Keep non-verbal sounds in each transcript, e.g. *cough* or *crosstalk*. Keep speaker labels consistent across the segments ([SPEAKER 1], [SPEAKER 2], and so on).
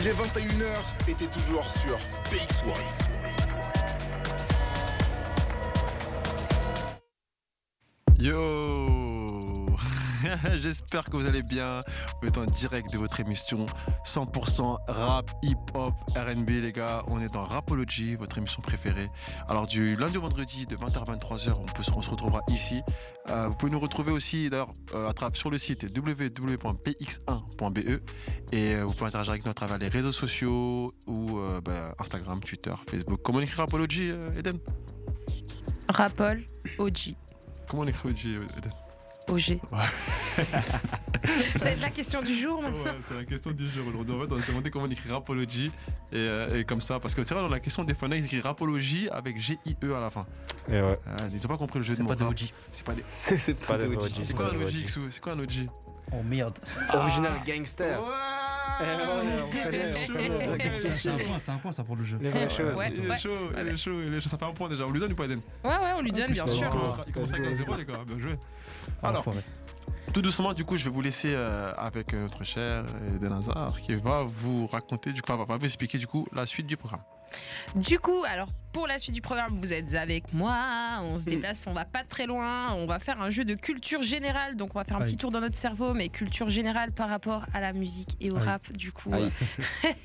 [SPEAKER 1] Il est 21h et t'es toujours sur PX1.
[SPEAKER 2] Yo *laughs* J'espère que vous allez bien. Vous êtes en direct de votre émission 100% rap, hip-hop, RB, les gars. On est dans Rapology, votre émission préférée. Alors, du lundi au vendredi, de 20h à 23h, on, peut, se- on se retrouvera ici. Euh, vous pouvez nous retrouver aussi, d'ailleurs, euh, à travers sur le site www.px1.be. Et euh, vous pouvez interagir avec nous à travers les réseaux sociaux ou euh, bah, Instagram, Twitter, Facebook. Comment on écrit Rapology, euh, Eden
[SPEAKER 3] Rapol, OG.
[SPEAKER 2] Comment on écrit Oji, Eden
[SPEAKER 3] OG. *laughs* Ça va être la question du jour maintenant.
[SPEAKER 2] Ouais, c'est la question du jour aujourd'hui. En fait, on s'est demandé comment on écrit Rapology et, euh, et comme ça. Parce que c'est vrai, dans la question des fanats, ils écrivent Rapology avec G-I-E à la fin.
[SPEAKER 4] Et ouais.
[SPEAKER 2] Ah, ils ont pas compris le jeu de
[SPEAKER 5] C'est
[SPEAKER 2] mots.
[SPEAKER 5] pas de
[SPEAKER 2] rap.
[SPEAKER 5] OG.
[SPEAKER 2] C'est pas des-
[SPEAKER 6] C'est- C'est
[SPEAKER 4] Pas
[SPEAKER 6] pas
[SPEAKER 4] les
[SPEAKER 6] de
[SPEAKER 4] OG.
[SPEAKER 2] C'est quoi un
[SPEAKER 4] Ouais,
[SPEAKER 2] OG,
[SPEAKER 4] OG.
[SPEAKER 2] Xou C'est quoi un OG
[SPEAKER 5] Oh
[SPEAKER 3] *laughs*
[SPEAKER 5] merde.
[SPEAKER 6] Original gangster.
[SPEAKER 2] Ouais
[SPEAKER 6] ouais, on connaît,
[SPEAKER 2] Il est
[SPEAKER 6] on connaît.
[SPEAKER 2] chaud, il est
[SPEAKER 5] C'est un- c'est un
[SPEAKER 2] chaud.
[SPEAKER 5] point, c'est un point ça pour le jeu.
[SPEAKER 6] Les vraies choses.
[SPEAKER 3] Ouais,
[SPEAKER 2] Il est chaud,
[SPEAKER 3] c'est pas
[SPEAKER 2] il est
[SPEAKER 3] mal.
[SPEAKER 2] chaud, il est chaud. Ça fait un point déjà. On lui donne ou pas, Eden
[SPEAKER 3] Ouais, ouais, on lui donne, bien
[SPEAKER 2] Il
[SPEAKER 3] sûr.
[SPEAKER 2] commence-
[SPEAKER 6] hein.
[SPEAKER 2] Il commence avec un zéro, les gars. Bien joué.
[SPEAKER 3] Ah,
[SPEAKER 2] Alors,
[SPEAKER 5] Enfoiré.
[SPEAKER 2] Tout doucement, du coup, je vais vous laisser euh, avec euh, notre cher Eden Hazard qui va vous raconter, du coup, enfin, va vous expliquer du coup la suite du programme.
[SPEAKER 3] Du coup, alors pour la suite du programme, vous êtes avec moi. On
[SPEAKER 5] Mm.
[SPEAKER 3] se déplace, on va pas très loin. On va faire un jeu de culture générale. Donc, on va faire un
[SPEAKER 5] Aïe.
[SPEAKER 3] petit tour dans notre cerveau, mais culture générale par rapport à la musique et au
[SPEAKER 5] Aïe.
[SPEAKER 3] rap. Du coup, *laughs*
[SPEAKER 6] Aïe.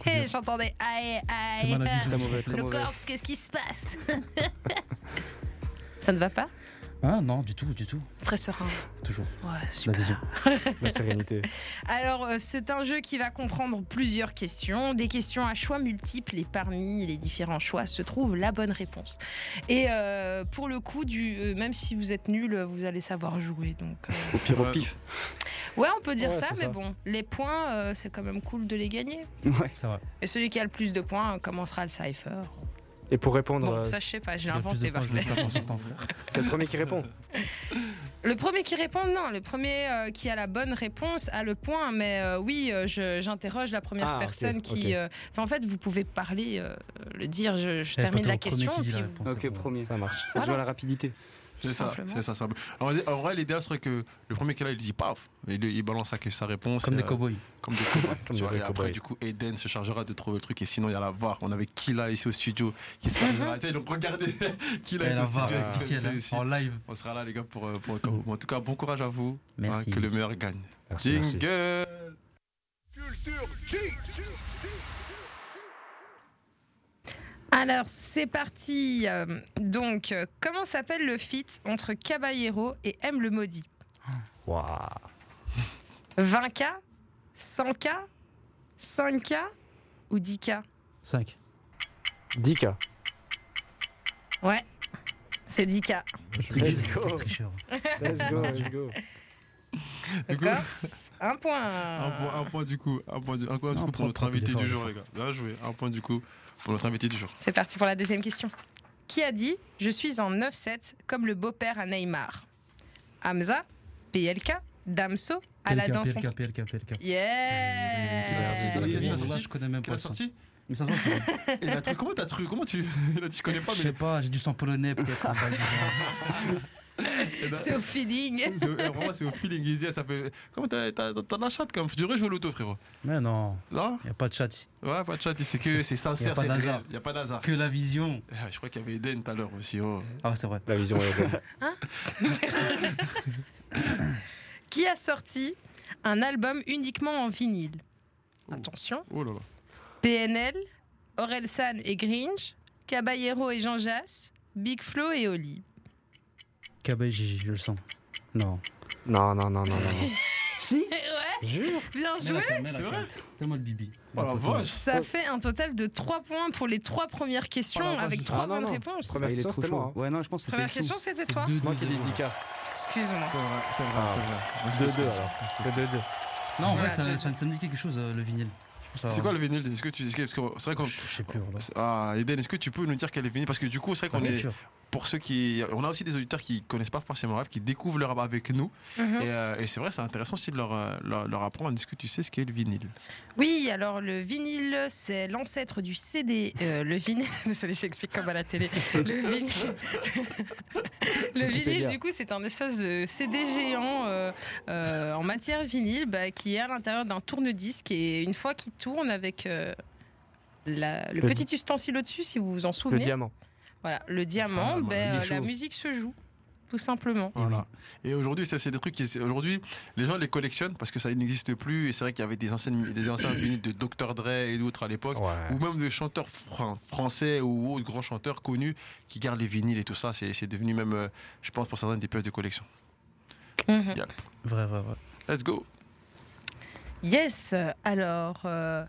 [SPEAKER 3] euh, j'entendais aïe,
[SPEAKER 5] Très
[SPEAKER 3] aïe.
[SPEAKER 5] mal à dire.
[SPEAKER 6] Très mauvais, très
[SPEAKER 3] Le
[SPEAKER 6] mauvais.
[SPEAKER 3] corps, qu'est-ce qui se passe *laughs* Ça ne va pas
[SPEAKER 5] Ah non, du tout, du tout.
[SPEAKER 3] Très serein.
[SPEAKER 5] Toujours.
[SPEAKER 3] Ouais,
[SPEAKER 5] La
[SPEAKER 3] super.
[SPEAKER 5] vision.
[SPEAKER 4] *laughs* La sérénité.
[SPEAKER 3] Alors, euh, c'est un jeu qui va comprendre plusieurs questions, des questions à choix multiples, et parmi les différents choix se trouve la bonne réponse. Et euh, pour le coup, du, euh, même si vous êtes nul, vous allez savoir jouer. Donc, euh,
[SPEAKER 6] Au pire,
[SPEAKER 2] Ouais.
[SPEAKER 6] au pif.
[SPEAKER 3] ouais, on peut dire
[SPEAKER 4] Ouais,
[SPEAKER 3] ça,
[SPEAKER 4] c'est
[SPEAKER 3] mais
[SPEAKER 4] ça.
[SPEAKER 3] bon, les points, euh, c'est quand même cool de les gagner.
[SPEAKER 6] Ouais.
[SPEAKER 5] C'est vrai.
[SPEAKER 3] Et celui qui a le plus de points euh, commencera le cipher.
[SPEAKER 4] Et pour répondre,
[SPEAKER 3] Bon,
[SPEAKER 4] euh,
[SPEAKER 3] ça, je sais pas, je
[SPEAKER 5] Il
[SPEAKER 3] l'ai
[SPEAKER 5] y a plus de
[SPEAKER 3] inventé.
[SPEAKER 5] points,
[SPEAKER 3] par
[SPEAKER 5] je me
[SPEAKER 3] contre.
[SPEAKER 5] tape en sortant, frère. Eh,
[SPEAKER 4] c'est le premier qui *laughs* répond.
[SPEAKER 3] Le premier qui répond, non, le premier euh, qui a la bonne réponse a le point, mais euh, oui, euh, je- j'interroge la première
[SPEAKER 4] Ah, ok,
[SPEAKER 3] personne
[SPEAKER 4] ok.
[SPEAKER 3] qui. euh, Enfin, en fait, vous pouvez parler, euh, le dire, je, je
[SPEAKER 5] Eh, quand
[SPEAKER 3] termine
[SPEAKER 5] t'es
[SPEAKER 3] la
[SPEAKER 5] au premier
[SPEAKER 3] question.
[SPEAKER 5] qui dit
[SPEAKER 3] puis
[SPEAKER 5] la
[SPEAKER 3] vous-
[SPEAKER 5] réponse, c'est bon.
[SPEAKER 6] Ok, premier.
[SPEAKER 4] Ça marche.
[SPEAKER 6] Ça joue à la rapidité.
[SPEAKER 2] C'est ça,
[SPEAKER 3] simplement.
[SPEAKER 2] c'est ça, c'est un peu- En, en vrai, l'idéal serait que le premier qui est là, il dit paf, et il, il balance sa, sa réponse.
[SPEAKER 5] Comme
[SPEAKER 2] et,
[SPEAKER 5] des
[SPEAKER 2] euh,
[SPEAKER 5] cowboys. Eh,
[SPEAKER 2] Comme des
[SPEAKER 5] *laughs*
[SPEAKER 2] cowboys. tu
[SPEAKER 4] des
[SPEAKER 2] vois,
[SPEAKER 4] vrais
[SPEAKER 2] et après,
[SPEAKER 4] cow-boys.
[SPEAKER 2] du coup, Eden se chargera de trouver le truc, et sinon, il y a la VAR. On avait Kila ici au studio qui se
[SPEAKER 3] Mhm.
[SPEAKER 2] chargera. Tiens, donc regardez, *laughs* Kila
[SPEAKER 5] Elle
[SPEAKER 2] est
[SPEAKER 5] la
[SPEAKER 2] au
[SPEAKER 5] VAR
[SPEAKER 2] studio.
[SPEAKER 5] est
[SPEAKER 2] avec nous,
[SPEAKER 5] officielle,
[SPEAKER 2] elle est
[SPEAKER 5] hein,
[SPEAKER 2] ici.
[SPEAKER 5] en live.
[SPEAKER 2] On sera là, les gars, pour. euh, pour- pour- en tout cas, bon courage à vous. hein,
[SPEAKER 5] Merci.
[SPEAKER 2] que le meilleur gagne.
[SPEAKER 4] Merci, merci.
[SPEAKER 2] Jingle
[SPEAKER 1] Culture G.
[SPEAKER 3] Alors, c'est parti. euh, Donc, euh, comment s'appelle le feat entre Caballero et M le maudit
[SPEAKER 4] Waouh.
[SPEAKER 3] 20K 100K 5K ou 10K
[SPEAKER 5] 5.
[SPEAKER 4] 10K.
[SPEAKER 3] Ouais, c'est 10K.
[SPEAKER 4] Let's go.
[SPEAKER 5] Tricheur.
[SPEAKER 4] Let's go, let's go.
[SPEAKER 2] Du coup,
[SPEAKER 3] D'accord Un point.
[SPEAKER 2] Un point, un point du coup, un point du, un point du
[SPEAKER 5] Un
[SPEAKER 2] coup pour
[SPEAKER 5] point
[SPEAKER 2] notre
[SPEAKER 5] propre, il est
[SPEAKER 2] invité
[SPEAKER 5] fort,
[SPEAKER 2] du
[SPEAKER 5] il est
[SPEAKER 2] jour,
[SPEAKER 5] fort.
[SPEAKER 2] les gars. Bien joué. Un point du coup pour notre invité du jour.
[SPEAKER 3] C'est parti pour la deuxième question. Qui a dit Je suis en 9-7 comme le beau-père à Neymar Hamza, PLK, Damso, Aladdin son.
[SPEAKER 5] PLK, PLK, PLK.
[SPEAKER 3] Euh,
[SPEAKER 2] Qui l'a sorti
[SPEAKER 3] Yeah
[SPEAKER 5] Bon, là, je connais même
[SPEAKER 2] Quelle est
[SPEAKER 5] pas le
[SPEAKER 2] la
[SPEAKER 5] son.
[SPEAKER 2] sortie
[SPEAKER 5] Mais ça, ça, c'est
[SPEAKER 2] Et la tru- Comment t'as trouvé Comment tu. *laughs* Il a dit, je connais pas,
[SPEAKER 5] Je sais
[SPEAKER 2] mais.
[SPEAKER 5] pas, j'ai du sang polonais
[SPEAKER 2] *laughs*
[SPEAKER 5] peut-être. un bail du genre.
[SPEAKER 2] Et là-
[SPEAKER 3] C'est au feeling.
[SPEAKER 2] *laughs* C'est au- vraiment, c'est au feeling easy. ah, Ça fait... Comment t'as, t'as, t'en as chat comme Tu devrais jouer au loto, frérot.
[SPEAKER 5] Mais non,
[SPEAKER 2] Non
[SPEAKER 5] y a pas de chat.
[SPEAKER 2] Ouais, pas de chat. C'est que c'est sincère.
[SPEAKER 5] Y a pas
[SPEAKER 2] c'est
[SPEAKER 5] d'hasard.
[SPEAKER 2] réel. Y a pas d'hasard.
[SPEAKER 5] Que la vision.
[SPEAKER 2] Ah, Je crois qu'il y avait Eden tout à l'heure aussi. Oh.
[SPEAKER 5] Ah, c'est vrai.
[SPEAKER 4] La vision est bonne.
[SPEAKER 3] Qui a sorti un album uniquement en vinyle Attention.
[SPEAKER 2] oh là là.
[SPEAKER 5] Ah,
[SPEAKER 3] PNL, Orelsan et Gringe, Caballero et Jean Jass, Big Flo et Oli.
[SPEAKER 5] Kabay, Gigi, je le sens. Non.
[SPEAKER 4] *laughs* Non, non, non, non, non, non.
[SPEAKER 3] ouais,
[SPEAKER 4] Jure
[SPEAKER 3] bien Ah, joué.
[SPEAKER 2] C'est vrai
[SPEAKER 5] Fais-moi le bibi. Bah,
[SPEAKER 2] Oh la vache.
[SPEAKER 3] Ça fait un total de 3 points pour les 3 premières questions
[SPEAKER 2] Oh la
[SPEAKER 3] avec
[SPEAKER 2] vache.
[SPEAKER 3] 3
[SPEAKER 4] Ah, non,
[SPEAKER 3] bonnes
[SPEAKER 4] non.
[SPEAKER 3] réponses.
[SPEAKER 4] Première
[SPEAKER 6] Ah, il est
[SPEAKER 4] question,
[SPEAKER 6] trop
[SPEAKER 4] c'était moi,
[SPEAKER 6] chaud.
[SPEAKER 2] hein.
[SPEAKER 6] Ouais, non, je pense que c'était
[SPEAKER 3] Première
[SPEAKER 6] Xou.
[SPEAKER 3] question, c'était toi
[SPEAKER 4] Moi qui dis 10K.
[SPEAKER 3] Excuse-moi.
[SPEAKER 2] C'est vrai, c'est vrai,
[SPEAKER 4] Ah.
[SPEAKER 2] c'est vrai. On se
[SPEAKER 4] Deux,
[SPEAKER 2] laisse-
[SPEAKER 4] deux, alors. C'est 2-2.
[SPEAKER 5] Non, en
[SPEAKER 3] Voilà,
[SPEAKER 5] vrai, ça,
[SPEAKER 3] tu-
[SPEAKER 5] ça, ça me dit quelque chose, euh, le vinyle. Je pense
[SPEAKER 2] C'est quoi
[SPEAKER 5] avoir-
[SPEAKER 2] le vinyle Est-ce que tu. est-ce que- parce que C'est vrai qu'on.
[SPEAKER 5] Je je sais plus. vraiment.
[SPEAKER 2] Ah, Eden, est-ce que tu peux nous dire quel est vinyle Parce que du coup, c'est vrai
[SPEAKER 5] La
[SPEAKER 2] qu'on est.
[SPEAKER 5] lecture.
[SPEAKER 2] pour ceux qui. On a aussi des auditeurs qui connaissent pas forcément le rap, qui découvrent le rap avec nous.
[SPEAKER 5] Hein?
[SPEAKER 3] Mhm.
[SPEAKER 2] Et, euh, et c'est vrai, c'est intéressant aussi de leur, euh, leur, leur apprendre est-ce que tu sais ce qu'est le vinyle
[SPEAKER 3] Oui, alors le vinyle, c'est l'ancêtre du CD. Euh, le vinyle, *laughs* désolé, j'explique comme à la télé. Le vinyle, *laughs* le vinyle
[SPEAKER 4] Wikipédia.
[SPEAKER 3] du coup, c'est un espèce de CD géant euh, euh, en matière vinyle bah, qui est à l'intérieur d'un tourne-disque et une fois qu'il tourne avec euh, la- le,
[SPEAKER 4] Le
[SPEAKER 3] petit ustensile au-dessus, si vous vous en
[SPEAKER 4] Le
[SPEAKER 3] souvenez.
[SPEAKER 4] diamant.
[SPEAKER 3] voilà, le diamant,
[SPEAKER 2] Ah,
[SPEAKER 3] ben,
[SPEAKER 2] il est
[SPEAKER 3] euh, la
[SPEAKER 2] chaud.
[SPEAKER 3] musique se joue, tout simplement.
[SPEAKER 2] Voilà. Et aujourd'hui, ça, c'est des trucs qui. c'est- Aujourd'hui, les gens les collectionnent parce que ça n'existe plus. Et c'est vrai qu'il y avait des anciennes, des anciens *coughs* vinyles de Dr. Dre et d'autres à l'époque.
[SPEAKER 4] Ouais.
[SPEAKER 2] Ou même des chanteurs fran- français ou autres grands chanteurs connus qui gardent les vinyles et tout ça. C'est c'est devenu même, euh, je pense, pour certains, des pièces de collection.
[SPEAKER 3] Mhm.
[SPEAKER 5] Vrai, vrai, vrai.
[SPEAKER 2] Let's go.
[SPEAKER 3] Yes, alors, euh,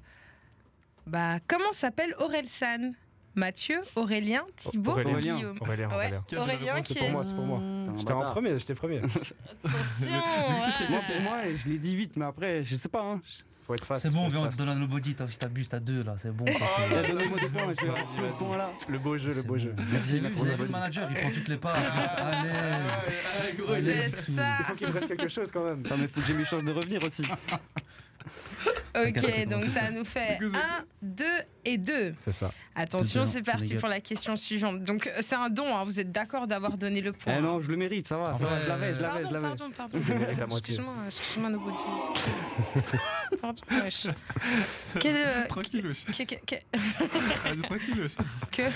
[SPEAKER 3] bah, comment s'appelle Aurel San Mathieu, Aurélien, Thibaut,
[SPEAKER 4] Aurélien.
[SPEAKER 3] ou Guillaume
[SPEAKER 4] Aurélien, Ah,
[SPEAKER 3] Ouais,
[SPEAKER 4] Aurélien.
[SPEAKER 2] Qui a donné la
[SPEAKER 3] Aurélien
[SPEAKER 2] réponse,
[SPEAKER 3] qui
[SPEAKER 4] Pour
[SPEAKER 3] est.
[SPEAKER 4] moi, c'est pour moi. J'étais en premier, j'étais premier.
[SPEAKER 3] Attention
[SPEAKER 2] Le- le-
[SPEAKER 3] ouais.
[SPEAKER 2] qu'est-ce que-
[SPEAKER 6] Moi, je l'ai dit vite, mais après, je sais pas. hein.
[SPEAKER 4] Faut être fast.
[SPEAKER 5] C'est bon,
[SPEAKER 4] faut
[SPEAKER 5] on
[SPEAKER 4] être
[SPEAKER 5] vient te
[SPEAKER 4] fast.
[SPEAKER 5] donner un nobody. T'as- Si t'abuses, t'as deux là. C'est bon.
[SPEAKER 6] Eh, Donnez-moi des points, je vais
[SPEAKER 4] Vas-y,
[SPEAKER 6] le
[SPEAKER 4] vas-y.
[SPEAKER 6] point là.
[SPEAKER 4] Le beau jeu, le beau jeu.
[SPEAKER 5] Merci,
[SPEAKER 6] merci,
[SPEAKER 5] c'est
[SPEAKER 6] merci.
[SPEAKER 5] le manager. Il prend toutes les parts. Reste à l'aise.
[SPEAKER 3] C'est ça.
[SPEAKER 4] Il faut qu'il me reste quelque chose quand même.
[SPEAKER 6] Non, mais faut que j'ai mes chances de revenir aussi.
[SPEAKER 3] Ok, donc ça nous fait
[SPEAKER 2] Du coup, c'est-
[SPEAKER 3] 1, 2 et 2.
[SPEAKER 4] C'est ça.
[SPEAKER 3] Attention,
[SPEAKER 5] Deux,
[SPEAKER 3] c'est
[SPEAKER 5] c'est
[SPEAKER 3] parti
[SPEAKER 5] légal.
[SPEAKER 3] pour la question suivante. Donc euh, c'est un don, hein, vous êtes d'accord d'avoir donné le point.
[SPEAKER 6] Eh non, je le mérite, ça va.
[SPEAKER 5] En
[SPEAKER 6] ça va,
[SPEAKER 5] vrai,
[SPEAKER 6] je l'avais, je l'avais,
[SPEAKER 3] Pardon,
[SPEAKER 6] je l'avais.
[SPEAKER 3] pardon, pardon.
[SPEAKER 4] Je mérite la moitié.
[SPEAKER 3] Excuse-moi, excuse-moi, Nobody.
[SPEAKER 4] *laughs*
[SPEAKER 3] pardon, wesh. Quel, euh,
[SPEAKER 2] Tranquille,
[SPEAKER 3] que- que- que-
[SPEAKER 2] Ah, tranquille.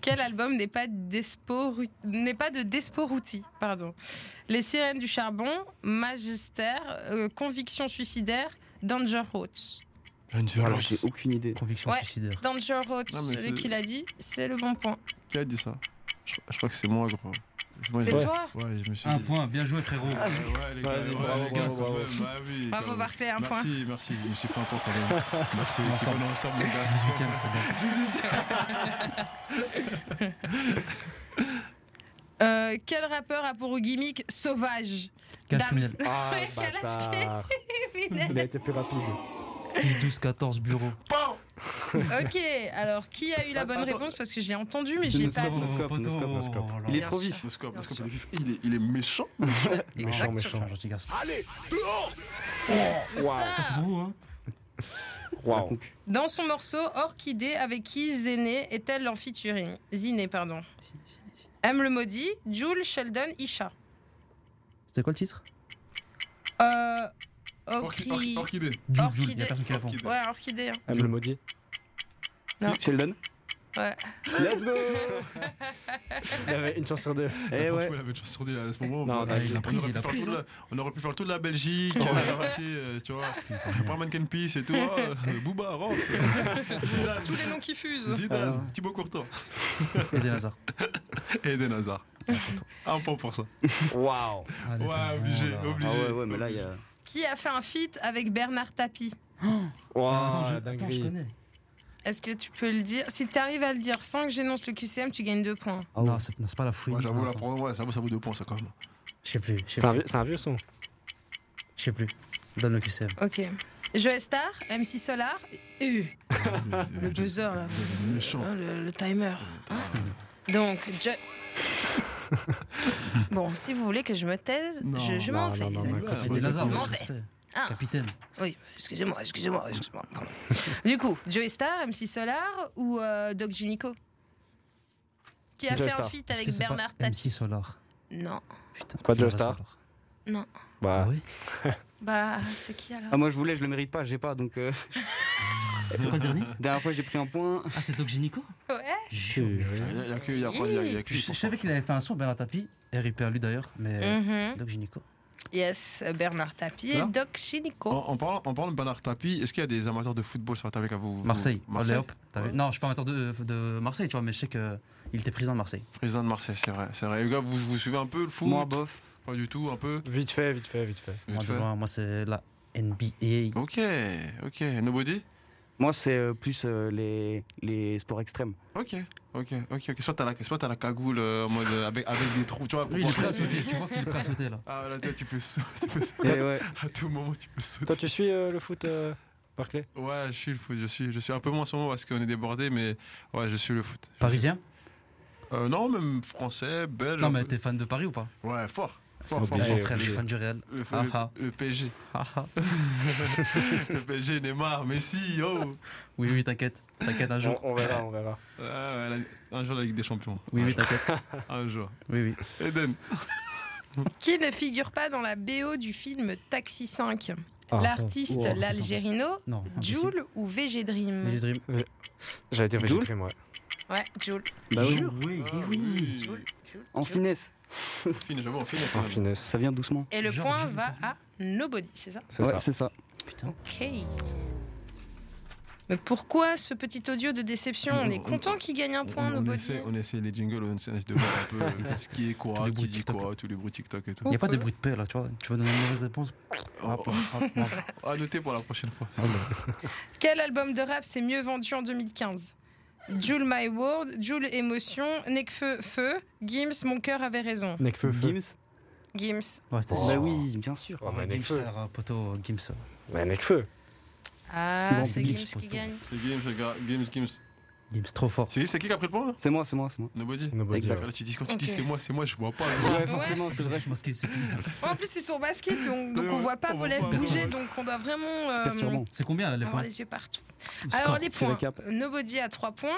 [SPEAKER 3] Quel album n'est pas, d'Espo- n'est pas de Desporuti pardon. Les sirènes du charbon, Magister, euh, Conviction suicidaire, Danger Roads.
[SPEAKER 6] Alors, j'ai aucune idée.
[SPEAKER 5] Conviction
[SPEAKER 3] Ouais.
[SPEAKER 5] suicidaire.
[SPEAKER 3] Danger Roads,
[SPEAKER 2] Non, mais
[SPEAKER 3] celui
[SPEAKER 2] c'est-
[SPEAKER 3] qui l'a dit, c'est le bon point.
[SPEAKER 2] Qui a dit ça je, je crois que c'est moi, gros. Moi,
[SPEAKER 3] C'est
[SPEAKER 2] je-
[SPEAKER 3] toi
[SPEAKER 2] Ouais, je me suis
[SPEAKER 5] Un
[SPEAKER 2] dit.
[SPEAKER 5] point. Bien joué, frérot.
[SPEAKER 2] Ouais, ouais, les gars,
[SPEAKER 4] Ouais,
[SPEAKER 2] les gars, les
[SPEAKER 4] bravo,
[SPEAKER 2] gars,
[SPEAKER 4] bravo,
[SPEAKER 2] quand
[SPEAKER 4] bravo.
[SPEAKER 2] même, bah oui, quand
[SPEAKER 3] Bravo
[SPEAKER 2] même.
[SPEAKER 3] Barclay, un point.
[SPEAKER 2] Merci, merci, je me suis pris un point
[SPEAKER 4] *laughs*
[SPEAKER 2] quand même. Merci, on
[SPEAKER 5] Ensemble.
[SPEAKER 2] est ensemble, les gars.
[SPEAKER 5] 18ème, c'est bon.
[SPEAKER 3] Euh, quel rappeur a pour gimmick sauvage
[SPEAKER 5] Cache
[SPEAKER 3] Dams.
[SPEAKER 5] criminel.
[SPEAKER 6] Ah,
[SPEAKER 3] Ouais, *laughs* quel âge
[SPEAKER 6] bâtard.
[SPEAKER 4] *laughs*
[SPEAKER 6] Il a été plus rapide.
[SPEAKER 5] 10, 12, 14, bureau.
[SPEAKER 3] Ok, alors qui a eu la bonne
[SPEAKER 2] Attends.
[SPEAKER 3] réponse Parce que je l'ai entendu, mais je l'ai pas.
[SPEAKER 6] Oh,
[SPEAKER 5] Oh,
[SPEAKER 6] Noscope,
[SPEAKER 5] poteau.
[SPEAKER 6] Noscope, Noscope.
[SPEAKER 5] Oh là
[SPEAKER 6] Il est
[SPEAKER 3] Bien
[SPEAKER 5] là.
[SPEAKER 6] trop
[SPEAKER 3] sûr.
[SPEAKER 6] vif.
[SPEAKER 2] Le scope,
[SPEAKER 3] Bien
[SPEAKER 2] le scope,
[SPEAKER 3] sûr.
[SPEAKER 2] il est vif. Il est- il est méchant.
[SPEAKER 5] Méchant,
[SPEAKER 3] Exactement.
[SPEAKER 5] méchant. Gentil garçon.
[SPEAKER 3] Ah,
[SPEAKER 1] Allez, dehors
[SPEAKER 3] C'est ça.
[SPEAKER 5] hein.
[SPEAKER 6] Waouh.
[SPEAKER 3] Dans son morceau Orchidée, avec qui Zéné est-elle en featuring Ziné, pardon. M le maudit, Jules, Sheldon, Isha.
[SPEAKER 5] C'était quoi le titre
[SPEAKER 3] Euh.
[SPEAKER 2] Orchi-
[SPEAKER 3] Orchi-
[SPEAKER 2] orchi- Orchidée.
[SPEAKER 5] Jules,
[SPEAKER 3] Orchidée.
[SPEAKER 5] Jules, il a personne qui répond.
[SPEAKER 2] Orchidée.
[SPEAKER 3] Ouais, Orchidée. hein.
[SPEAKER 4] Je
[SPEAKER 6] Elle me le maudit.
[SPEAKER 3] Non.
[SPEAKER 6] Sheldon
[SPEAKER 3] Ouais.
[SPEAKER 6] Let's
[SPEAKER 5] *laughs*
[SPEAKER 6] go
[SPEAKER 4] Il y avait une chance sur deux.
[SPEAKER 6] Eh
[SPEAKER 2] Franchement,
[SPEAKER 6] ouais.
[SPEAKER 2] il avait une chance sur deux, là, à ce moment.
[SPEAKER 6] Non,
[SPEAKER 2] on-
[SPEAKER 6] bah, il
[SPEAKER 2] on aurait
[SPEAKER 5] l'a prise,
[SPEAKER 2] pu
[SPEAKER 5] il l'a
[SPEAKER 2] faire
[SPEAKER 5] prise,
[SPEAKER 2] tout le- On aurait pu faire toute la Belgique, euh, *laughs* l'arracher, euh, tu vois.
[SPEAKER 5] Putain,
[SPEAKER 2] Je prends Mannequin Peace et tout. oh,
[SPEAKER 6] *laughs*
[SPEAKER 2] euh, Booba, rentre. Zidane,
[SPEAKER 3] Tous les noms qui fusent.
[SPEAKER 2] Zidane,
[SPEAKER 6] Ah.
[SPEAKER 2] Thibaut Courtois
[SPEAKER 5] Et
[SPEAKER 2] *laughs*
[SPEAKER 5] des Lazars.
[SPEAKER 2] et Eden Hazard. Un point pour ça.
[SPEAKER 6] Waouh.
[SPEAKER 5] Allez, c'est
[SPEAKER 2] Ouais,
[SPEAKER 5] bon,
[SPEAKER 2] obligé,
[SPEAKER 5] là.
[SPEAKER 2] obligé.
[SPEAKER 6] Ah ouais, ouais, mais là, il y a.
[SPEAKER 3] Qui a fait un feat avec Bernard Tapie
[SPEAKER 6] Waouh,
[SPEAKER 5] Ah, attends, je- attends,
[SPEAKER 6] dinguerie.
[SPEAKER 5] je connais.
[SPEAKER 3] Est-ce que tu peux le dire Si tu arrives à le dire sans que j'énonce le QCM, tu gagnes deux points.
[SPEAKER 6] Ah ouais.
[SPEAKER 5] Non, c'est non, c'est pas la fouine.
[SPEAKER 2] Ouais, j'avoue, la
[SPEAKER 5] Attends,
[SPEAKER 2] France, ouais, ça vaut, ça vaut deux points, ça, quand même.
[SPEAKER 5] Je sais plus, je sais
[SPEAKER 4] C'est un
[SPEAKER 5] plus,
[SPEAKER 4] vieux- c'est un vieux son.
[SPEAKER 5] je sais plus. Donne le QCM.
[SPEAKER 3] Ok. Joe Star, MC Solar, U. Le buzzer, là.
[SPEAKER 2] Vous êtes méchant.
[SPEAKER 3] Hein, le, le timer.
[SPEAKER 4] Mm.
[SPEAKER 3] hein. Donc, je... *laughs* bon, si vous voulez que je me taise,
[SPEAKER 2] Non,
[SPEAKER 3] je, je m'en
[SPEAKER 4] non,
[SPEAKER 3] vais,
[SPEAKER 4] non,
[SPEAKER 3] les
[SPEAKER 4] non,
[SPEAKER 3] amis.
[SPEAKER 4] non.
[SPEAKER 2] Ouais,
[SPEAKER 5] Et des hein. Lazars,
[SPEAKER 3] bon,
[SPEAKER 5] ouais,
[SPEAKER 3] bon,
[SPEAKER 5] je respecte.
[SPEAKER 3] Ah.
[SPEAKER 5] Ah, Capitaine.
[SPEAKER 3] Oui, excusez-moi, excusez-moi, excusez-moi. pardon. du coup, Joey Star, MC Solar ou euh, Doc Gynico Qui a
[SPEAKER 6] Joey
[SPEAKER 3] fait un
[SPEAKER 6] Starr.
[SPEAKER 3] feat
[SPEAKER 5] Est-ce
[SPEAKER 3] avec
[SPEAKER 5] que c'est pas
[SPEAKER 3] Bernard Tapie
[SPEAKER 5] MC Solar.
[SPEAKER 3] Non.
[SPEAKER 5] Putain.
[SPEAKER 4] Pas Joe
[SPEAKER 5] Joe
[SPEAKER 4] Starr.
[SPEAKER 5] Solar. Ah
[SPEAKER 4] Bah,
[SPEAKER 5] oui
[SPEAKER 3] Bah, c'est qui alors
[SPEAKER 6] Ah, moi je voulais, je le mérite pas, j'ai pas donc. euh,
[SPEAKER 5] *laughs* C'est quoi le dernier
[SPEAKER 6] Dernière fois j'ai pris un point.
[SPEAKER 5] Ah, c'est Doc Gynico
[SPEAKER 3] Ouais
[SPEAKER 5] Jure.
[SPEAKER 2] Il y a- il y a que- il y a- il y a- il y a que
[SPEAKER 5] Je je savais qu'il avait fait un son, Bernard Tapie. RIP à lui d'ailleurs, mais.
[SPEAKER 3] Mhm.
[SPEAKER 5] Doc Gynico.
[SPEAKER 3] Yes, Bernard Tapie et
[SPEAKER 5] Hein?
[SPEAKER 2] Là
[SPEAKER 3] Doc
[SPEAKER 5] Oh.
[SPEAKER 3] Gynico.
[SPEAKER 2] En, en parlant, en parlant de Bernard Tapie, est-ce qu'il y a des amateurs de football sur la table avec vous vous-
[SPEAKER 5] Marseille.
[SPEAKER 2] Marseille
[SPEAKER 5] Allez hop. t'as vu
[SPEAKER 2] Ouais.
[SPEAKER 5] Non, je suis pas amateur de, de Marseille, tu vois, mais je sais qu'il était président de Marseille.
[SPEAKER 2] Président de Marseille, c'est vrai. C'est vrai. Les gars, vous, vous suivez un peu le foot
[SPEAKER 6] Moi bof.
[SPEAKER 2] Pas du tout, un peu
[SPEAKER 4] vite fait, vite fait, vite fait.
[SPEAKER 2] Vite
[SPEAKER 5] bah. Moi, de
[SPEAKER 2] fait.
[SPEAKER 5] loin, moi, c'est la NBA.
[SPEAKER 2] Ok, ok. Nobody
[SPEAKER 6] Moi c'est euh, plus euh, les, les sports extrêmes.
[SPEAKER 2] Ok, ok, ok. ok. Soit t'as la, soit t'as la cagoule euh, en mode euh, avec, avec des trous, tu vois, pour
[SPEAKER 5] Lui, il est prêt
[SPEAKER 2] pouvoir
[SPEAKER 5] à
[SPEAKER 2] sauter.
[SPEAKER 5] sauter. Tu vois qu'il est prêt à sauter là.
[SPEAKER 2] Ah, là, toi, tu peux sauter. tu peux
[SPEAKER 6] Et
[SPEAKER 2] sauter.
[SPEAKER 6] Eh ouais.
[SPEAKER 2] À tout moment, tu peux sauter.
[SPEAKER 4] Toi, tu suis euh, le foot, euh, Barclay
[SPEAKER 2] Ouais, je suis le foot. Je suis, je suis un peu moins en ce moment parce qu'on est débordé, mais ouais, je suis le foot. Je
[SPEAKER 5] Parisien
[SPEAKER 2] suis- Euh, non, même français, belge.
[SPEAKER 5] Non,
[SPEAKER 2] un
[SPEAKER 5] mais
[SPEAKER 2] peu.
[SPEAKER 5] t'es fan de Paris ou pas
[SPEAKER 2] Ouais, fort.
[SPEAKER 5] C'est
[SPEAKER 2] Fort, fort,
[SPEAKER 5] obligé,
[SPEAKER 2] fort.
[SPEAKER 5] frère, je
[SPEAKER 2] obligé.
[SPEAKER 5] suis fan du Real. *laughs*
[SPEAKER 2] Le, le-
[SPEAKER 5] Ah, ah.
[SPEAKER 2] le PSG.
[SPEAKER 5] Ah, ah.
[SPEAKER 2] le PSG, Neymar, Messi, oh
[SPEAKER 5] Oui, oui, t'inquiète. T'inquiète, un jour.
[SPEAKER 4] on, on verra, on verra.
[SPEAKER 2] Ah ouais, la- Un jour la Ligue des Champions.
[SPEAKER 5] Oui,
[SPEAKER 2] un,
[SPEAKER 5] oui,
[SPEAKER 2] jour.
[SPEAKER 5] t'inquiète.
[SPEAKER 2] un jour.
[SPEAKER 5] Oui, oui.
[SPEAKER 2] Eden.
[SPEAKER 3] Qui ne figure pas dans la BO du film Taxi 5
[SPEAKER 4] Ah.
[SPEAKER 3] L'artiste
[SPEAKER 5] Oh, oh,
[SPEAKER 3] l'Algérino,
[SPEAKER 5] Non. impossible.
[SPEAKER 3] Joule ou VG Dream
[SPEAKER 5] Mais j'ai dream.
[SPEAKER 4] J'allais dire
[SPEAKER 6] Joule
[SPEAKER 4] Vegetrim, ouais.
[SPEAKER 3] Ouais, Joule.
[SPEAKER 6] Bah oui.
[SPEAKER 2] Eh Ah oui,
[SPEAKER 6] oui.
[SPEAKER 2] *laughs*
[SPEAKER 6] En finesse.
[SPEAKER 2] Fine, j'avoue, en fine.
[SPEAKER 4] En finesse.
[SPEAKER 6] Ça vient doucement.
[SPEAKER 3] Et le
[SPEAKER 5] Genre
[SPEAKER 3] point
[SPEAKER 5] Joule.
[SPEAKER 3] va à Nobody, c'est ça
[SPEAKER 4] C'est
[SPEAKER 6] Ouais,
[SPEAKER 4] ça.
[SPEAKER 6] c'est ça.
[SPEAKER 3] Ok. Mais pourquoi ce petit audio de déception On est content qu'il gagne un point,
[SPEAKER 2] on, on
[SPEAKER 3] Nobody.
[SPEAKER 2] essaie, on essaie les jingles, on essaie de voir un peu *laughs* euh, ce qui est
[SPEAKER 5] Tous
[SPEAKER 2] quoi,
[SPEAKER 5] les
[SPEAKER 2] qui
[SPEAKER 5] bruits
[SPEAKER 2] dit
[SPEAKER 5] TikTok.
[SPEAKER 2] quoi, tous les bruits TikTok et tout.
[SPEAKER 5] Il n'y a pas de bruit de paix là, tu vois. Tu vas donner une mauvaise réponse.
[SPEAKER 2] Oh,
[SPEAKER 5] Hop, hop, hop.
[SPEAKER 2] *laughs* oh, à noter pour la prochaine fois.
[SPEAKER 3] Quel album de rap s'est mieux vendu en 2015 Joule My World, Joule Émotion, Nekfeu Feu, Gims Mon cœur avait raison.
[SPEAKER 4] Nekfeu, feu.
[SPEAKER 6] Gims
[SPEAKER 3] Gims.
[SPEAKER 5] Ouais, c'est
[SPEAKER 6] Bah oui, bien sûr.
[SPEAKER 4] Oh, bah,
[SPEAKER 5] Gims,
[SPEAKER 4] Nekfeu.
[SPEAKER 5] frère, euh, poteau, Gims.
[SPEAKER 4] Bah, Nekfeu.
[SPEAKER 3] Ah,
[SPEAKER 5] Bon,
[SPEAKER 3] c'est
[SPEAKER 5] Gims,
[SPEAKER 3] Gims qui
[SPEAKER 5] poteau.
[SPEAKER 3] gagne.
[SPEAKER 2] C'est Games, c'est gars, Games, Games.
[SPEAKER 5] Gims, trop fort.
[SPEAKER 2] C'est c'est qui qui a pris le point là
[SPEAKER 6] C'est moi, c'est moi, c'est moi.
[SPEAKER 2] Nobody.
[SPEAKER 4] Nobody,
[SPEAKER 6] Exact.
[SPEAKER 4] ouais.
[SPEAKER 2] Là, tu dis quand tu
[SPEAKER 3] Ok.
[SPEAKER 2] dis c'est moi, c'est moi, je vois pas.
[SPEAKER 6] Ouais,
[SPEAKER 3] forcément,
[SPEAKER 6] forcément, c'est vrai.
[SPEAKER 5] Je pense qu'il c'est qui
[SPEAKER 3] En plus, ils sont basket, donc, donc
[SPEAKER 2] Ouais,
[SPEAKER 3] on
[SPEAKER 2] ouais,
[SPEAKER 3] voit pas
[SPEAKER 2] on
[SPEAKER 3] vos
[SPEAKER 2] voit
[SPEAKER 3] lèvres
[SPEAKER 2] pas.
[SPEAKER 3] bouger, donc on doit vraiment euh,
[SPEAKER 6] C'est perturbant.
[SPEAKER 5] C'est combien là les
[SPEAKER 3] avoir
[SPEAKER 5] points
[SPEAKER 3] les yeux partout.
[SPEAKER 5] Le
[SPEAKER 3] Alors
[SPEAKER 5] score
[SPEAKER 3] les
[SPEAKER 6] c'est la
[SPEAKER 3] points.
[SPEAKER 6] cape.
[SPEAKER 3] Nobody à 3 points.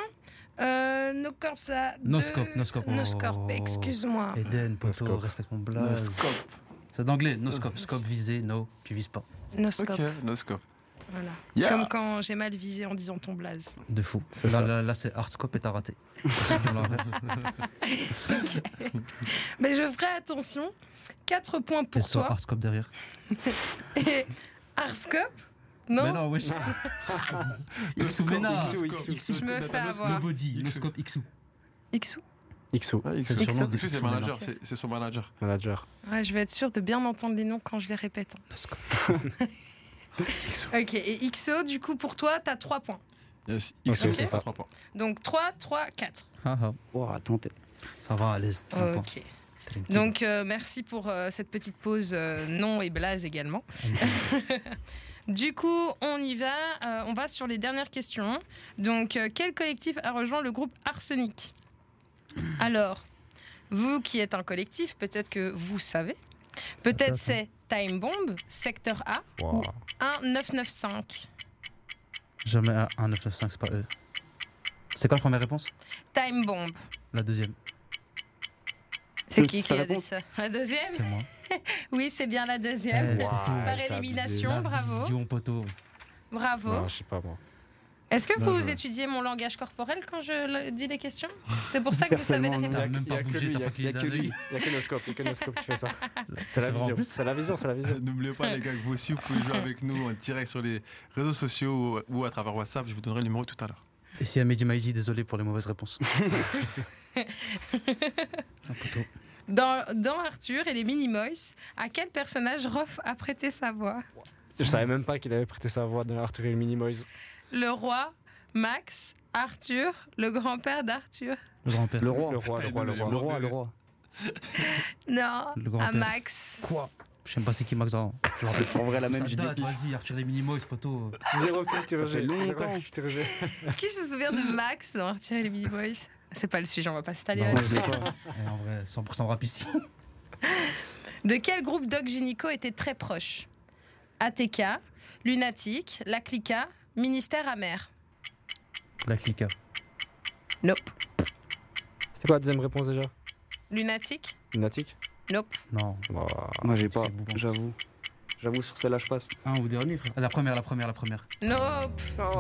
[SPEAKER 3] Euh, no Corps à
[SPEAKER 5] No
[SPEAKER 3] deux.
[SPEAKER 5] scope, no scope.
[SPEAKER 3] No scope,
[SPEAKER 5] Oh.
[SPEAKER 3] excuse-moi.
[SPEAKER 5] Eden, poteau,
[SPEAKER 4] scope.
[SPEAKER 5] respecte mon
[SPEAKER 2] No
[SPEAKER 5] blaze.
[SPEAKER 2] scope.
[SPEAKER 5] C'est d'anglais, no scope. Scope visé, no, tu vises pas.
[SPEAKER 3] No scope.
[SPEAKER 2] Ok, no scope.
[SPEAKER 3] Voilà.
[SPEAKER 2] Yeah.
[SPEAKER 3] Comme quand j'ai mal visé en disant ton blaze.
[SPEAKER 5] De fou.
[SPEAKER 4] C'est
[SPEAKER 5] Là,
[SPEAKER 4] ça.
[SPEAKER 5] là, là, c'est hard scope et
[SPEAKER 3] *laughs*
[SPEAKER 5] t'as raté.
[SPEAKER 3] Mais je ferai attention. 4 points pour
[SPEAKER 5] Pour toi, *laughs*
[SPEAKER 3] toi.
[SPEAKER 5] hard scope derrière.
[SPEAKER 3] Et Arscope Non,
[SPEAKER 5] Mais non,
[SPEAKER 3] *laughs*
[SPEAKER 5] wesh. Xou, mais non.
[SPEAKER 2] Xou, Xou,
[SPEAKER 5] Xou,
[SPEAKER 3] je me
[SPEAKER 2] Xou,
[SPEAKER 3] fais
[SPEAKER 2] Xou,
[SPEAKER 3] avoir.
[SPEAKER 5] Nobody, no
[SPEAKER 2] Xou.
[SPEAKER 5] scope, Xou.
[SPEAKER 3] Xou
[SPEAKER 4] Ixou,
[SPEAKER 2] Ah, Xou,
[SPEAKER 5] C'est sûrement
[SPEAKER 2] Xou,
[SPEAKER 5] des
[SPEAKER 2] c'est
[SPEAKER 5] Xou,
[SPEAKER 2] le manager,
[SPEAKER 3] manager.
[SPEAKER 2] c'est c'est son manager.
[SPEAKER 4] manager.
[SPEAKER 3] Ouais, je vais être sûre de bien entendre les noms quand je les répète.
[SPEAKER 5] No scope.
[SPEAKER 3] Ok, et XO, du coup, pour toi, t'as 3 points.
[SPEAKER 2] Yes,
[SPEAKER 4] Ok,
[SPEAKER 2] Xou,
[SPEAKER 3] c'est
[SPEAKER 2] c'est
[SPEAKER 4] ça.
[SPEAKER 2] ça. 3 points.
[SPEAKER 3] Donc 3, 3, 4.
[SPEAKER 5] Ah, ah,
[SPEAKER 6] Oh, attends, t'es-
[SPEAKER 5] Ça va à l'aise. un point.
[SPEAKER 3] Ah, Ok. Donc euh, merci pour euh, cette petite pause euh, non et blaze également. *laughs* Du coup, on y va. euh, on va sur les dernières questions. Donc, euh, quel collectif a rejoint le groupe Arsenic Alors, vous qui êtes un collectif, peut-être que vous savez. Peut-être c'est Time Bomb, Secteur A
[SPEAKER 4] Wow.
[SPEAKER 3] ou 1995.
[SPEAKER 5] Jamais un 995, c'est pas eux. C'est quoi la première réponse
[SPEAKER 3] Time Bomb.
[SPEAKER 5] La deuxième,
[SPEAKER 3] C'est
[SPEAKER 6] Euh,
[SPEAKER 3] qui
[SPEAKER 6] c'est
[SPEAKER 3] qui
[SPEAKER 6] la
[SPEAKER 3] a dit
[SPEAKER 6] réponse
[SPEAKER 3] ça La deuxième
[SPEAKER 5] c'est moi.
[SPEAKER 3] Oui, c'est bien la
[SPEAKER 5] Eh,
[SPEAKER 3] deuxième.
[SPEAKER 5] poteau.
[SPEAKER 4] Wow.
[SPEAKER 3] Par
[SPEAKER 4] c'est
[SPEAKER 3] élimination,
[SPEAKER 5] La
[SPEAKER 3] bravo.
[SPEAKER 5] vision, poteau.
[SPEAKER 3] Bravo.
[SPEAKER 4] Non, je sais pas moi.
[SPEAKER 3] Est-ce que
[SPEAKER 5] Ouais,
[SPEAKER 3] vous
[SPEAKER 5] ouais.
[SPEAKER 3] étudiez mon langage corporel quand je le- dis les questions C'est
[SPEAKER 5] *laughs*
[SPEAKER 3] pour ça que vous savez les réponses
[SPEAKER 5] T'as
[SPEAKER 6] Personnellement,
[SPEAKER 4] y a-
[SPEAKER 5] même
[SPEAKER 4] y a
[SPEAKER 5] pas
[SPEAKER 4] que
[SPEAKER 5] bougé,
[SPEAKER 4] lui,
[SPEAKER 5] t'as
[SPEAKER 4] y a-
[SPEAKER 5] pas cligné
[SPEAKER 6] y a que
[SPEAKER 5] d'un
[SPEAKER 6] lui.
[SPEAKER 5] œil.
[SPEAKER 4] Il y a que Noscope, il y a que Noscope qui fait ça. C'est
[SPEAKER 5] C'est
[SPEAKER 4] la
[SPEAKER 5] vrai, en
[SPEAKER 4] vision.
[SPEAKER 5] plus.
[SPEAKER 4] C'est la vision, c'est la vision.
[SPEAKER 2] *laughs* N'oubliez pas les gars que vous aussi vous pouvez jouer avec nous en direct sur les réseaux sociaux ou ou à travers WhatsApp. Je vous donnerai le numéro tout à l'heure.
[SPEAKER 5] Et si Mehdi Maizi, désolé pour les
[SPEAKER 4] *laughs*
[SPEAKER 5] mauvaises réponses. Ah, poteau.
[SPEAKER 3] dans, dans Arthur et les Minimoys, à quel personnage Rof a prêté sa voix
[SPEAKER 4] Je savais même pas qu'il avait prêté sa voix dans Arthur et les Minimoys.
[SPEAKER 3] Le roi, Max, Arthur, le grand-père d'Arthur
[SPEAKER 5] Le grand-père.
[SPEAKER 6] Le roi.
[SPEAKER 4] Le roi, le roi, le
[SPEAKER 6] Le
[SPEAKER 4] roi.
[SPEAKER 6] roi, le roi.
[SPEAKER 3] Non,
[SPEAKER 5] Le
[SPEAKER 3] à
[SPEAKER 5] grand-père.
[SPEAKER 3] Max.
[SPEAKER 5] Quoi Je sais même pas c'est qui Max Zorin. Je le rappelle.
[SPEAKER 6] En vrai, la
[SPEAKER 5] Ça
[SPEAKER 6] même, j'ai des
[SPEAKER 5] date,
[SPEAKER 6] pics.
[SPEAKER 5] vas-y, Arthur les Minimoys, poteau.
[SPEAKER 4] Zéro culture
[SPEAKER 6] Ça fait
[SPEAKER 4] G.
[SPEAKER 6] longtemps.
[SPEAKER 3] Qui se souvient de Max dans Arthur et les Minimoys C'est pas le sujet, on va pas s'étaler
[SPEAKER 5] Non,
[SPEAKER 3] là-dessus.
[SPEAKER 5] je sais pas. Eh, En vrai, 100% rap ici.
[SPEAKER 3] De quel groupe Doc Gynéco était très proche ATK, Lunatic, La Clica, Ministère Amer
[SPEAKER 5] La clique. hein.
[SPEAKER 3] Nope.
[SPEAKER 4] C'était quoi la deuxième réponse déjà
[SPEAKER 3] Lunatic
[SPEAKER 4] Lunatique
[SPEAKER 3] Nope.
[SPEAKER 5] Non.
[SPEAKER 4] Oh,
[SPEAKER 6] Moi, j'ai pas,
[SPEAKER 5] C'est Bouban.
[SPEAKER 6] j'avoue. J'avoue, sur celle-là, je passe.
[SPEAKER 5] Un ou dernier, frère. Ah, La première, la première, la première.
[SPEAKER 3] Nope.
[SPEAKER 6] Oh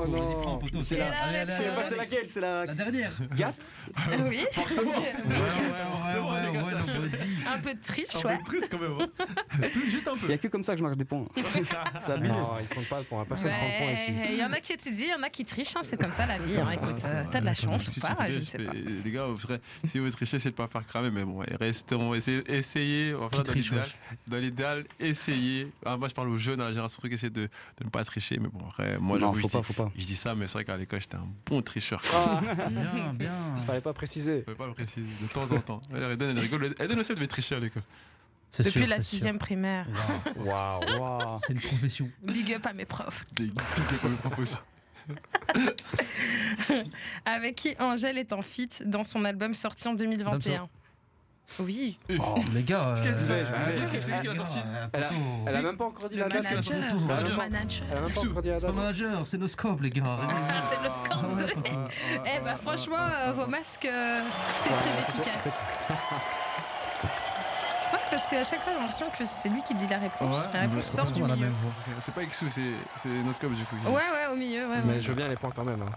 [SPEAKER 5] Poteau, Vas-y, prends, poteau. C'est
[SPEAKER 3] C'est
[SPEAKER 5] là.
[SPEAKER 3] la
[SPEAKER 5] Allez, allez,
[SPEAKER 3] réponse.
[SPEAKER 6] Je sais pas,
[SPEAKER 5] allez, allez.
[SPEAKER 6] c'est laquelle, c'est la.
[SPEAKER 5] La dernière.
[SPEAKER 3] *laughs*
[SPEAKER 6] Gap
[SPEAKER 4] *laughs*
[SPEAKER 3] Oui.
[SPEAKER 2] Forcément.
[SPEAKER 3] Oui,
[SPEAKER 2] Ouais,
[SPEAKER 3] Kat.
[SPEAKER 2] ouais, forcément, les gars, ça fait-
[SPEAKER 5] body.
[SPEAKER 3] Un peu de triche,
[SPEAKER 2] Un peu
[SPEAKER 3] ouais.
[SPEAKER 2] triste quand même. hein. Tout- Juste un
[SPEAKER 6] Il y
[SPEAKER 2] peu.
[SPEAKER 6] a que comme ça que je marque des points. *laughs* C'est abusé.
[SPEAKER 4] Non, il compte pas pour un personne prend le point ici.
[SPEAKER 3] Ouais, Il y en a qui étudient, il y en a qui trichent, hein, c'est comme ça la vie. hein, Écoute, euh, *laughs* t'as de la chance
[SPEAKER 2] Si
[SPEAKER 3] ou
[SPEAKER 2] c'est
[SPEAKER 3] pas, je
[SPEAKER 2] triste,
[SPEAKER 3] ne sais pas.
[SPEAKER 2] mais, Les gars, vous serez- si vous trichez, c'est de pas faire cramer. Mais bon, et restons, essayez, essayez. on va faire
[SPEAKER 5] Qui
[SPEAKER 2] dans
[SPEAKER 5] triche,
[SPEAKER 2] l'idéal.
[SPEAKER 5] wesh.
[SPEAKER 2] Dans l'idéal, essayez. Ah, moi, je parle aux jeunes, à la génération truc, essayez de, de ne pas tricher. Mais bon, après, moi,
[SPEAKER 6] Non,
[SPEAKER 2] j'avoue, je,
[SPEAKER 6] faut pas,
[SPEAKER 2] dis-
[SPEAKER 6] faut pas.
[SPEAKER 2] je dis ça, mais c'est vrai qu'à l'école, j'étais un bon tricheur.
[SPEAKER 4] *laughs* Ah,
[SPEAKER 3] *laughs*
[SPEAKER 5] Bien, bien.
[SPEAKER 4] fallait pas préciser.
[SPEAKER 2] Je peux pas le préciser, de temps en temps. Elle elle donne, elle rigole. Elle donne aussi, elle devait tricher à l'école.
[SPEAKER 5] C'est
[SPEAKER 3] Depuis
[SPEAKER 5] sûr,
[SPEAKER 3] la
[SPEAKER 5] c'est sûr.
[SPEAKER 3] sixième primaire.
[SPEAKER 5] Waouh,
[SPEAKER 6] Waouh.
[SPEAKER 5] C'est une profession.
[SPEAKER 3] Big up à mes profs.
[SPEAKER 2] J'ai piqué comme le prof aussi.
[SPEAKER 3] Avec qui Angèle est en feat dans son album sorti en 2021 Oui.
[SPEAKER 5] Les gars. *laughs* euh,
[SPEAKER 2] Qu'est-ce que c'est
[SPEAKER 5] euh,
[SPEAKER 2] C'est qui qui l'a
[SPEAKER 5] les gars,
[SPEAKER 2] sorti
[SPEAKER 5] euh,
[SPEAKER 4] Elle a,
[SPEAKER 5] poteau.
[SPEAKER 4] elle a même pas encore dit la
[SPEAKER 3] Le
[SPEAKER 4] date.
[SPEAKER 2] masque.
[SPEAKER 3] manager.
[SPEAKER 5] Poteau,
[SPEAKER 4] Ah,
[SPEAKER 5] euh,
[SPEAKER 3] Le
[SPEAKER 4] non.
[SPEAKER 3] manager.
[SPEAKER 4] Elle a même pas encore dit la
[SPEAKER 5] C'est pas
[SPEAKER 4] date.
[SPEAKER 5] manager, c'est nos scopes, les gars.
[SPEAKER 3] Ah, c'est le scandale.
[SPEAKER 2] Ah,
[SPEAKER 3] Eh ben franchement, euh, vos masques, euh, c'est très efficace. Ouais, parce qu'à chaque fois, j'ai l'impression que c'est lui qui dit la réponse.
[SPEAKER 2] Ouais,
[SPEAKER 3] la
[SPEAKER 2] mais
[SPEAKER 3] réponse
[SPEAKER 2] je
[SPEAKER 3] sort
[SPEAKER 2] pense
[SPEAKER 3] du
[SPEAKER 5] qu'on a la
[SPEAKER 3] milieu.
[SPEAKER 5] même voix.
[SPEAKER 2] ah. C'est pas Xou, c'est c'est Noscope du coup.
[SPEAKER 3] Ouais, ouais, au milieu. Ouais,
[SPEAKER 4] Mais
[SPEAKER 3] ouais.
[SPEAKER 4] je veux bien les points quand même.
[SPEAKER 2] Oh
[SPEAKER 4] hein.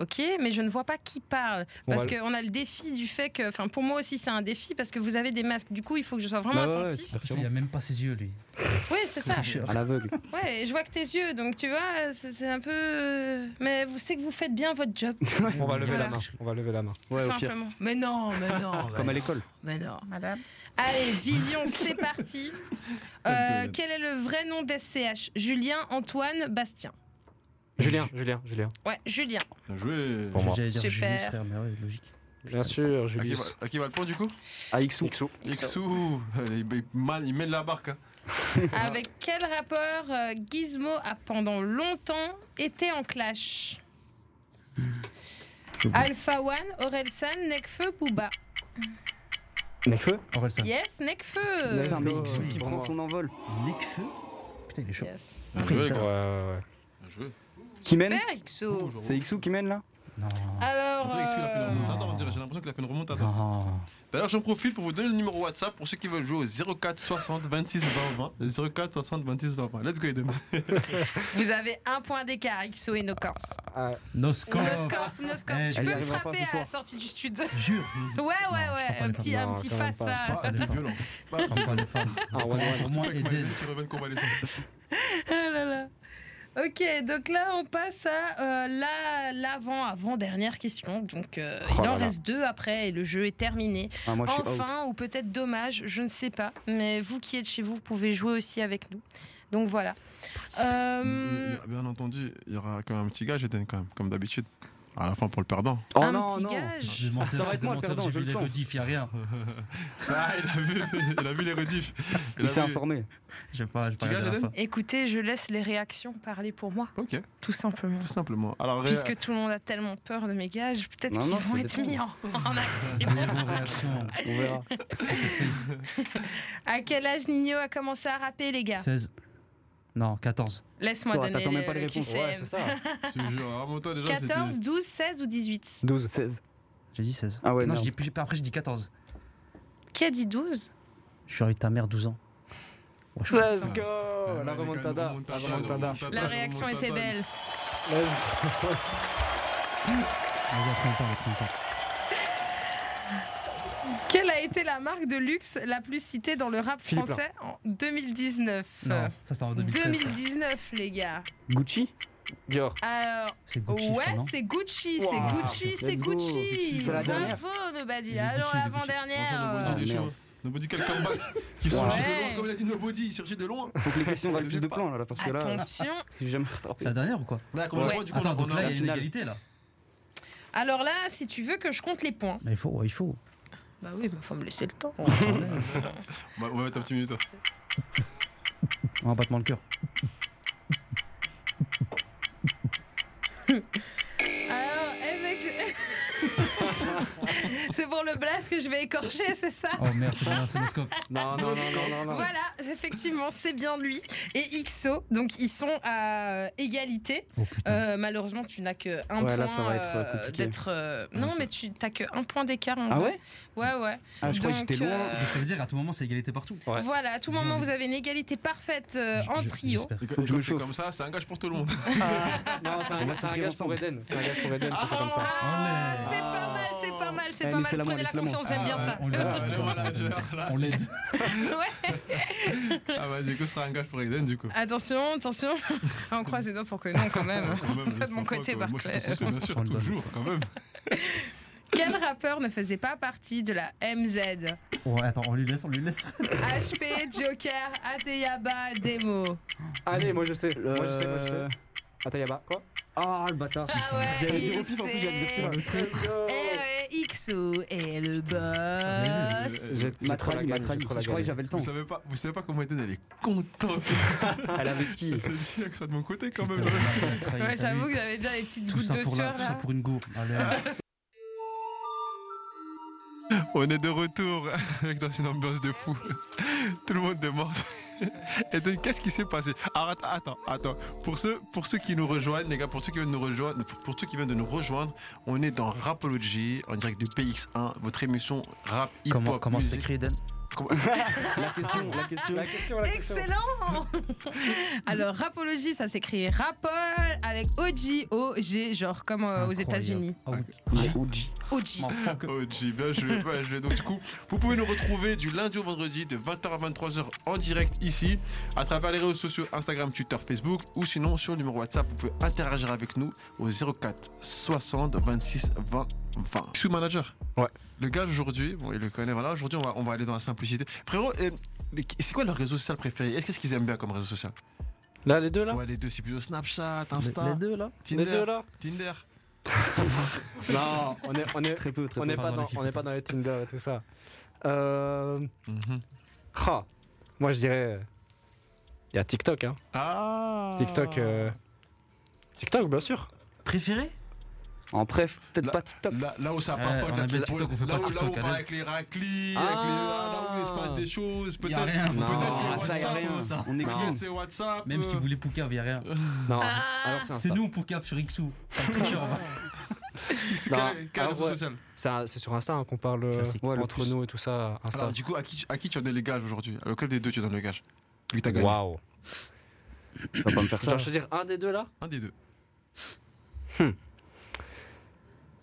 [SPEAKER 3] ok, mais je ne vois pas qui parle.
[SPEAKER 4] On
[SPEAKER 3] Parce
[SPEAKER 4] va-
[SPEAKER 3] qu'on a le défi du fait que, enfin, pour moi aussi, c'est un défi parce que vous avez des masques. Du coup, il faut que je sois vraiment
[SPEAKER 4] Bah ouais, ouais,
[SPEAKER 3] attentif.
[SPEAKER 4] c'est perturbant.
[SPEAKER 5] Il a même pas ses yeux, lui.
[SPEAKER 3] Oui, c'est ça.
[SPEAKER 5] Tricheur.
[SPEAKER 6] *laughs* À l'aveugle.
[SPEAKER 3] Ouais, et je vois que tes yeux, donc tu vois, c'est c'est un peu. euh, Mais vous savez que vous faites bien votre job, tout
[SPEAKER 4] On va lever
[SPEAKER 3] Voilà.
[SPEAKER 4] la main. On va lever la main.
[SPEAKER 6] Ouais, au pire.
[SPEAKER 3] simplement. Mais non, mais non, mais
[SPEAKER 6] Comme
[SPEAKER 3] non,
[SPEAKER 6] à l'école.
[SPEAKER 3] mais non.
[SPEAKER 5] Madame.
[SPEAKER 3] Allez, vision, c'est parti. Euh, quel est le vrai nom d'SCH Julien, Antoine, Bastien.
[SPEAKER 4] Julien, Julien, Julien.
[SPEAKER 3] Ouais, Julien.
[SPEAKER 2] Bien joué.
[SPEAKER 7] Pour moi.
[SPEAKER 5] J'allais dire
[SPEAKER 3] Super.
[SPEAKER 5] Julius, frère, mais ouais, logique.
[SPEAKER 4] Bien sûr,
[SPEAKER 2] À qui, va,
[SPEAKER 4] Julius.
[SPEAKER 2] à qui va le point du coup
[SPEAKER 6] À Xou.
[SPEAKER 2] Xou, il, il- man- il mène la barque. hein.
[SPEAKER 3] Avec quel rapport euh, Gizmo a pendant longtemps été en clash Alpha One, Orelsan, Nekfeu, Booba.
[SPEAKER 4] Nekfeu
[SPEAKER 5] Orelsan.
[SPEAKER 3] Yes, Nekfeu
[SPEAKER 6] Putain, mais
[SPEAKER 4] go,
[SPEAKER 6] Xou qui
[SPEAKER 4] pour
[SPEAKER 6] prend
[SPEAKER 4] moi.
[SPEAKER 6] son envol.
[SPEAKER 5] Necfeu Putain, il est chaud. hein.
[SPEAKER 3] Yes.
[SPEAKER 2] Bien joué, les
[SPEAKER 4] Ouais,
[SPEAKER 2] gars.
[SPEAKER 4] ouais, ouais.
[SPEAKER 2] Bien joué.
[SPEAKER 6] Qui mène
[SPEAKER 3] Super, Ixo.
[SPEAKER 6] C'est Xou qui mène là
[SPEAKER 5] Non.
[SPEAKER 3] Alors,
[SPEAKER 2] Attends, Xou, il a fait une
[SPEAKER 3] euh,
[SPEAKER 2] remontada, on dirait. J'ai l'impression qu'il a fait une remontada.
[SPEAKER 5] Non.
[SPEAKER 2] D'ailleurs, j'en profite pour vous donner le numéro WhatsApp pour ceux qui veulent jouer au 04 60 26 20 20. 04 60 26 20 20. Let's go, Eden.
[SPEAKER 3] vous avez un point d'écart, Ixo et nos corps.
[SPEAKER 4] Ah,
[SPEAKER 5] No score.
[SPEAKER 3] Noscope, Noscope,
[SPEAKER 5] Eh,
[SPEAKER 3] tu
[SPEAKER 6] elle y
[SPEAKER 3] peux me
[SPEAKER 6] arrivera pas
[SPEAKER 3] frapper
[SPEAKER 6] ce
[SPEAKER 3] à la
[SPEAKER 6] soir.
[SPEAKER 3] sortie du studio. *laughs*
[SPEAKER 5] Jure.
[SPEAKER 3] Ouais, ouais,
[SPEAKER 5] Non, je crois
[SPEAKER 3] ouais,
[SPEAKER 5] pas
[SPEAKER 3] un
[SPEAKER 5] les
[SPEAKER 3] petit, un
[SPEAKER 4] femmes.
[SPEAKER 3] petit
[SPEAKER 4] Non, quand même
[SPEAKER 3] face euh,
[SPEAKER 4] pas.
[SPEAKER 3] là.
[SPEAKER 2] Ah, de violence.
[SPEAKER 5] Prends pas les femmes.
[SPEAKER 4] Ah, ouais, ouais.
[SPEAKER 5] Pour Bah, moi,
[SPEAKER 2] Avec Maëlle
[SPEAKER 5] Eden.
[SPEAKER 2] qui revient de convalescence.
[SPEAKER 3] *laughs* Ah là là. Ok, donc là on passe à euh, la- l'avant avant dernière question. Donc euh,
[SPEAKER 4] Oh
[SPEAKER 3] il
[SPEAKER 4] là
[SPEAKER 3] en
[SPEAKER 4] là.
[SPEAKER 3] reste deux après et le jeu est terminé.
[SPEAKER 6] Ah, moi je suis out.
[SPEAKER 3] enfin ou peut-être dommage, je ne sais pas. Mais vous qui êtes chez vous, vous pouvez jouer aussi avec nous. Donc voilà. Euh,
[SPEAKER 2] Bien entendu, il y aura quand même un petit gage, Eden, quand même, comme d'habitude. À la fin pour le perdant.
[SPEAKER 6] Oh
[SPEAKER 3] un
[SPEAKER 6] non,
[SPEAKER 3] petit
[SPEAKER 6] non.
[SPEAKER 3] gage.
[SPEAKER 5] Je
[SPEAKER 6] Ça
[SPEAKER 5] menteur,
[SPEAKER 6] va
[SPEAKER 5] c'est
[SPEAKER 6] être moi
[SPEAKER 5] de
[SPEAKER 6] le
[SPEAKER 5] menteur,
[SPEAKER 6] perdant,
[SPEAKER 5] j'ai
[SPEAKER 6] je
[SPEAKER 5] vu
[SPEAKER 6] le
[SPEAKER 5] les
[SPEAKER 6] sens.
[SPEAKER 5] rediff, y a rien.
[SPEAKER 2] Ah, il a vu, il a vu les rediffs.
[SPEAKER 6] Il
[SPEAKER 2] a
[SPEAKER 6] s'est
[SPEAKER 2] vu-
[SPEAKER 6] informé.
[SPEAKER 5] J'ai pas, j'ai pas
[SPEAKER 2] Tu
[SPEAKER 5] regardé
[SPEAKER 2] gagnes,
[SPEAKER 5] la fin.
[SPEAKER 3] Écoutez, je laisse les réactions parler pour moi,
[SPEAKER 2] Ok,
[SPEAKER 3] tout simplement.
[SPEAKER 2] tout simplement. Alors, ré-
[SPEAKER 3] Puisque tout le monde a tellement peur de mes gages, peut-être
[SPEAKER 6] Non,
[SPEAKER 3] qu'ils
[SPEAKER 6] non,
[SPEAKER 3] vont
[SPEAKER 6] ça
[SPEAKER 3] être
[SPEAKER 6] dépend.
[SPEAKER 3] mis en, en action.
[SPEAKER 5] Zéro réaction.
[SPEAKER 6] On verra.
[SPEAKER 5] Face.
[SPEAKER 3] à quel âge Nino a commencé à rapper, les gars
[SPEAKER 5] 16. Non, 14.
[SPEAKER 3] Laisse-moi
[SPEAKER 6] Toi,
[SPEAKER 3] donner
[SPEAKER 6] t'attends
[SPEAKER 3] les,
[SPEAKER 6] même pas les
[SPEAKER 3] le
[SPEAKER 6] réponses.
[SPEAKER 3] QCM.
[SPEAKER 4] Ouais, c'est ça.
[SPEAKER 3] *laughs*
[SPEAKER 2] je te jure, vraiment, toi, déjà, c'était-
[SPEAKER 3] 14, 12, 16 ou 18
[SPEAKER 4] 12.
[SPEAKER 6] 16.
[SPEAKER 5] J'ai dit 16.
[SPEAKER 6] Ah ouais,
[SPEAKER 5] non,
[SPEAKER 6] merde.
[SPEAKER 5] j'ai plus- après, j'ai dit 14.
[SPEAKER 3] Qui a dit 12
[SPEAKER 5] Je suis avec ta mère, 12 ans. Ouais, je
[SPEAKER 4] Let's
[SPEAKER 5] crois que
[SPEAKER 4] go
[SPEAKER 5] ça-
[SPEAKER 2] ouais,
[SPEAKER 4] La
[SPEAKER 2] les gars, une
[SPEAKER 4] remontada. La
[SPEAKER 2] remontada,
[SPEAKER 4] remontada.
[SPEAKER 2] une remontada.
[SPEAKER 3] La
[SPEAKER 2] Ouais,
[SPEAKER 3] réaction
[SPEAKER 2] bon, ça
[SPEAKER 3] était
[SPEAKER 2] donne.
[SPEAKER 3] belle.
[SPEAKER 4] Let's go.
[SPEAKER 5] Vas-y, après, on part, après, on part.
[SPEAKER 3] Quelle a été la marque de luxe la plus citée dans le rap
[SPEAKER 4] Philippe Lahm.
[SPEAKER 3] français en 2019
[SPEAKER 5] Non, ça, c'était en 2013. ça.
[SPEAKER 3] 2019, les gars.
[SPEAKER 6] Gucci
[SPEAKER 4] Dior.
[SPEAKER 3] Alors,
[SPEAKER 5] C'est Gucci, je crois,
[SPEAKER 3] ouais,
[SPEAKER 5] non
[SPEAKER 3] c'est Gucci,
[SPEAKER 4] Wow.
[SPEAKER 3] c'est Gucci,
[SPEAKER 6] Let's
[SPEAKER 3] c'est
[SPEAKER 6] go.
[SPEAKER 3] Gucci.
[SPEAKER 6] C'est la dernière
[SPEAKER 3] Bravo, Nobody.
[SPEAKER 5] C'est
[SPEAKER 3] Alors, euh,
[SPEAKER 5] Gucci,
[SPEAKER 2] Bonjour,
[SPEAKER 3] l'avant-dernière.
[SPEAKER 2] Nobody,
[SPEAKER 6] Ah,
[SPEAKER 2] il est
[SPEAKER 6] merde.
[SPEAKER 2] chaud. Nobody, quel comeback Qui
[SPEAKER 6] Ouais.
[SPEAKER 2] surgit de loin, comme il a dit Nobody, il surgit de loin.
[SPEAKER 6] Faut que les questions valent plus de points là, là, parce que là,
[SPEAKER 3] Attention.
[SPEAKER 6] j'ai jamais
[SPEAKER 5] C'est
[SPEAKER 6] rattrapé.
[SPEAKER 5] la dernière ou quoi
[SPEAKER 2] Là, comme on
[SPEAKER 3] Ouais.
[SPEAKER 2] voit, du coup, on a-
[SPEAKER 5] Attends, donc
[SPEAKER 2] on a-
[SPEAKER 5] là, il y a une
[SPEAKER 6] finale.
[SPEAKER 5] égalité, là.
[SPEAKER 3] Alors là, si tu veux que je compte les points.
[SPEAKER 5] Mais il faut, ouais, il faut.
[SPEAKER 3] Bah oui, mais faut me laisser le *laughs* temps.
[SPEAKER 2] on va- on va mettre un petit minuteur.
[SPEAKER 5] Un battement de cœur.
[SPEAKER 3] Alors, effect- *laughs* c'est pour le blast que je vais écorcher, c'est ça
[SPEAKER 5] Oh merde, c'est bon, c'est mon scope.
[SPEAKER 4] Non, non, non, non, non, non.
[SPEAKER 3] Voilà, effectivement, c'est bien lui et XO. Donc, ils sont à euh, égalité.
[SPEAKER 5] Oh putain.
[SPEAKER 3] Euh, malheureusement, tu n'as que un
[SPEAKER 6] Ouais,
[SPEAKER 3] point
[SPEAKER 6] là, ça va être,
[SPEAKER 3] euh,
[SPEAKER 6] compliqué.
[SPEAKER 3] d'être. euh, non, mais tu n'as que un point d'écart. en
[SPEAKER 6] Ah
[SPEAKER 3] vrai.
[SPEAKER 6] ouais
[SPEAKER 3] Ouais, ouais.
[SPEAKER 6] Ah, je croyais que
[SPEAKER 3] Donc,
[SPEAKER 6] j'étais loin.
[SPEAKER 3] euh,
[SPEAKER 5] Donc ça veut dire à tout moment, c'est égalité partout.
[SPEAKER 4] Ouais.
[SPEAKER 3] Voilà, à tout moment,
[SPEAKER 5] J'en ai-
[SPEAKER 3] vous avez une égalité parfaite euh,
[SPEAKER 5] Je-
[SPEAKER 3] en
[SPEAKER 5] je-
[SPEAKER 3] trio.
[SPEAKER 5] j'espère.
[SPEAKER 2] Et quand-
[SPEAKER 6] Faut que
[SPEAKER 2] et
[SPEAKER 6] je
[SPEAKER 2] quand
[SPEAKER 6] me
[SPEAKER 2] c'est
[SPEAKER 6] chauffe.
[SPEAKER 2] comme ça, c'est un gage pour tout le monde.
[SPEAKER 6] Ah.
[SPEAKER 3] *laughs*
[SPEAKER 4] Non, c'est un, c'est un gage pour Eden. C'est un gage pour Eden, c'est ça comme ça.
[SPEAKER 5] Oh
[SPEAKER 3] Ah,
[SPEAKER 5] Allez.
[SPEAKER 3] c'est pas mal, c'est pas mal, c'est
[SPEAKER 6] Eh,
[SPEAKER 3] pas mal.
[SPEAKER 6] laissez-la moi,
[SPEAKER 3] Prenez la
[SPEAKER 6] laissez-la moi.
[SPEAKER 3] confiance, j'aime bien
[SPEAKER 5] Ah,
[SPEAKER 3] ça. *laughs*
[SPEAKER 5] On l'aide.
[SPEAKER 2] Ah, le manager, là.
[SPEAKER 5] On l'aide.
[SPEAKER 3] Ouais.
[SPEAKER 2] Ah bah du coup, ce sera un gage pour Eden du coup.
[SPEAKER 3] Attention, attention. *laughs* on croise les doigts pour que non, quand même. Soit de mon côté,
[SPEAKER 2] Moi, je
[SPEAKER 3] Barclay.
[SPEAKER 2] suis sûr, bien sûr,
[SPEAKER 5] On le donne.
[SPEAKER 2] toujours, quand même.
[SPEAKER 3] Quel rappeur ne faisait pas partie de la MZ
[SPEAKER 5] *laughs* Ouais, attends, on lui laisse, on lui laisse.
[SPEAKER 3] HP, Joker, Ateyaba, Demo.
[SPEAKER 2] Ah.
[SPEAKER 4] Allez, moi je sais. Moi je sais, moi je sais.
[SPEAKER 6] Euh,
[SPEAKER 4] Attends, y'a pas quoi
[SPEAKER 6] Ah, le
[SPEAKER 3] *laughs*
[SPEAKER 6] bâtard.
[SPEAKER 3] Ah ouais, E,
[SPEAKER 6] J'allais dire au
[SPEAKER 3] il
[SPEAKER 6] pif, en plus, j'allais dire
[SPEAKER 3] sait.
[SPEAKER 6] celui-là.
[SPEAKER 2] Eh.
[SPEAKER 4] Let's go
[SPEAKER 3] XO est le
[SPEAKER 6] Ah, euh,
[SPEAKER 3] boss.
[SPEAKER 4] J'ai- j'ai
[SPEAKER 6] M'a
[SPEAKER 4] trop la
[SPEAKER 6] trahi, m'a
[SPEAKER 4] gale, j'ai
[SPEAKER 6] trahi.
[SPEAKER 4] trop la
[SPEAKER 6] Je croyais que
[SPEAKER 4] gale.
[SPEAKER 6] j'avais le temps.
[SPEAKER 2] Vous savez pas, vous savez pas comment Eden elle est contente.
[SPEAKER 6] Elle avait ski.
[SPEAKER 2] Elle se dit que ça de mon côté quand même.
[SPEAKER 5] Putain, on l'a trahi,
[SPEAKER 3] Ouais,
[SPEAKER 5] t'as
[SPEAKER 3] j'avoue
[SPEAKER 5] vu
[SPEAKER 3] que j'avais déjà les petites
[SPEAKER 5] Tout
[SPEAKER 3] gouttes
[SPEAKER 5] ça
[SPEAKER 3] de
[SPEAKER 5] pour la-
[SPEAKER 3] sueur
[SPEAKER 5] tout ça
[SPEAKER 3] là.
[SPEAKER 5] pour une go. Allez.
[SPEAKER 2] *laughs* On est de retour dans une ambiance de fou. *laughs* Tout le monde demande. *laughs* Et donc, qu'est-ce qui s'est passé Alors, Attends, attends, attends. Pour ceux, pour ceux qui nous rejoignent, les gars, pour ceux qui viennent nous rejoindre, pour, pour ceux qui viennent de nous rejoindre, on est dans Rapology, en direct du PX1, votre émission rap hip hop.
[SPEAKER 5] Comment, comment
[SPEAKER 2] musique.
[SPEAKER 5] s'écrit Eden
[SPEAKER 6] *laughs* La question, la question.
[SPEAKER 4] La question, la question.
[SPEAKER 6] *laughs*
[SPEAKER 3] Excellent Alors, rapologie, ça s'écrit rapol avec OG, OG, genre comme euh, aux
[SPEAKER 5] Incroyable.
[SPEAKER 3] États-Unis.
[SPEAKER 5] Ah oui. euh,
[SPEAKER 3] OG.
[SPEAKER 5] M'en fous.
[SPEAKER 2] Oh, G, bien
[SPEAKER 4] *laughs*
[SPEAKER 2] joué, bien joué. Donc, du coup, vous pouvez nous retrouver du lundi au vendredi de 20h à 23h en direct ici, à travers les réseaux sociaux Instagram, Twitter, Facebook, ou sinon sur le numéro WhatsApp, vous pouvez interagir avec nous au 04 60 26 20 20. Je suis manager.
[SPEAKER 4] Ouais.
[SPEAKER 2] Le gars aujourd'hui, bon, il le connaît, voilà. Aujourd'hui, on va, on va aller dans la simplicité. Frérot, euh, c'est quoi leur réseau social préféré Est-ce qu'est-ce qu'ils aiment bien comme réseau social
[SPEAKER 4] Là, les deux là
[SPEAKER 2] Ouais, les deux, c'est plutôt Snapchat,
[SPEAKER 5] Les-
[SPEAKER 2] Insta,
[SPEAKER 5] Les deux là
[SPEAKER 4] Les Ah. deux
[SPEAKER 2] Tinder.
[SPEAKER 4] là
[SPEAKER 2] Tinder.
[SPEAKER 4] Non, on est, on *laughs* est,
[SPEAKER 6] Très peu, très
[SPEAKER 4] on
[SPEAKER 6] peu.
[SPEAKER 4] est pas
[SPEAKER 5] Pardon,
[SPEAKER 4] dans,
[SPEAKER 5] l'équipe.
[SPEAKER 4] on est pas dans les Tinder et tout ça. Euh.
[SPEAKER 2] Mhm.
[SPEAKER 4] ah, moi je dirais. Il y a TikTok, hein.
[SPEAKER 2] Ah
[SPEAKER 4] TikTok. euh, TikTok, bien sûr.
[SPEAKER 5] Préféré
[SPEAKER 6] En bref, peut-être
[SPEAKER 2] La-
[SPEAKER 6] pas TikTok.
[SPEAKER 2] Là, là où ça
[SPEAKER 5] Ouais,
[SPEAKER 2] parle pas
[SPEAKER 5] on
[SPEAKER 2] de la
[SPEAKER 5] a bien le
[SPEAKER 2] people,
[SPEAKER 5] TikTok, on fait
[SPEAKER 2] là
[SPEAKER 5] pas
[SPEAKER 2] où,
[SPEAKER 5] de
[SPEAKER 2] là où on
[SPEAKER 5] TikTok,
[SPEAKER 2] parle
[SPEAKER 5] à
[SPEAKER 2] avec les raclis,
[SPEAKER 4] Ah.
[SPEAKER 2] avec les, là où il se passe des choses,
[SPEAKER 5] Y a rien.
[SPEAKER 2] peut-être.
[SPEAKER 6] Non,
[SPEAKER 2] peut-être c'est
[SPEAKER 6] Ah, ça, y a
[SPEAKER 2] WhatsApp,
[SPEAKER 6] rien.
[SPEAKER 5] ça.
[SPEAKER 6] On est
[SPEAKER 4] Non.
[SPEAKER 6] clean.
[SPEAKER 2] Peut-être c'est WhatsApp.
[SPEAKER 5] Même
[SPEAKER 2] euh,
[SPEAKER 5] si vous voulez Poucave, y a rien.
[SPEAKER 4] Non,
[SPEAKER 3] Ah,
[SPEAKER 4] alors c'est
[SPEAKER 5] C'est
[SPEAKER 4] Insta.
[SPEAKER 5] nous on Poucave sur Xou. Enfin, tricheur, *laughs* on va-
[SPEAKER 2] c'est
[SPEAKER 4] Non,
[SPEAKER 2] *laughs* quel, quel
[SPEAKER 4] ah,
[SPEAKER 2] réseau
[SPEAKER 4] ouais.
[SPEAKER 2] social
[SPEAKER 4] C'est un- c'est sur Insta hein, qu'on parle euh,
[SPEAKER 5] Classique.
[SPEAKER 6] Ouais, le
[SPEAKER 4] entre
[SPEAKER 6] plus.
[SPEAKER 4] nous et tout ça. Insta.
[SPEAKER 2] Alors, du coup, à qui, tu- à qui tu as donné le gage aujourd'hui À Lequel des deux tu donnes le gage Lui, t'as gagné.
[SPEAKER 4] Waouh.
[SPEAKER 6] Tu vas pas me faire
[SPEAKER 4] Je
[SPEAKER 6] ça.
[SPEAKER 4] dois choisir un des deux là
[SPEAKER 2] Un des deux.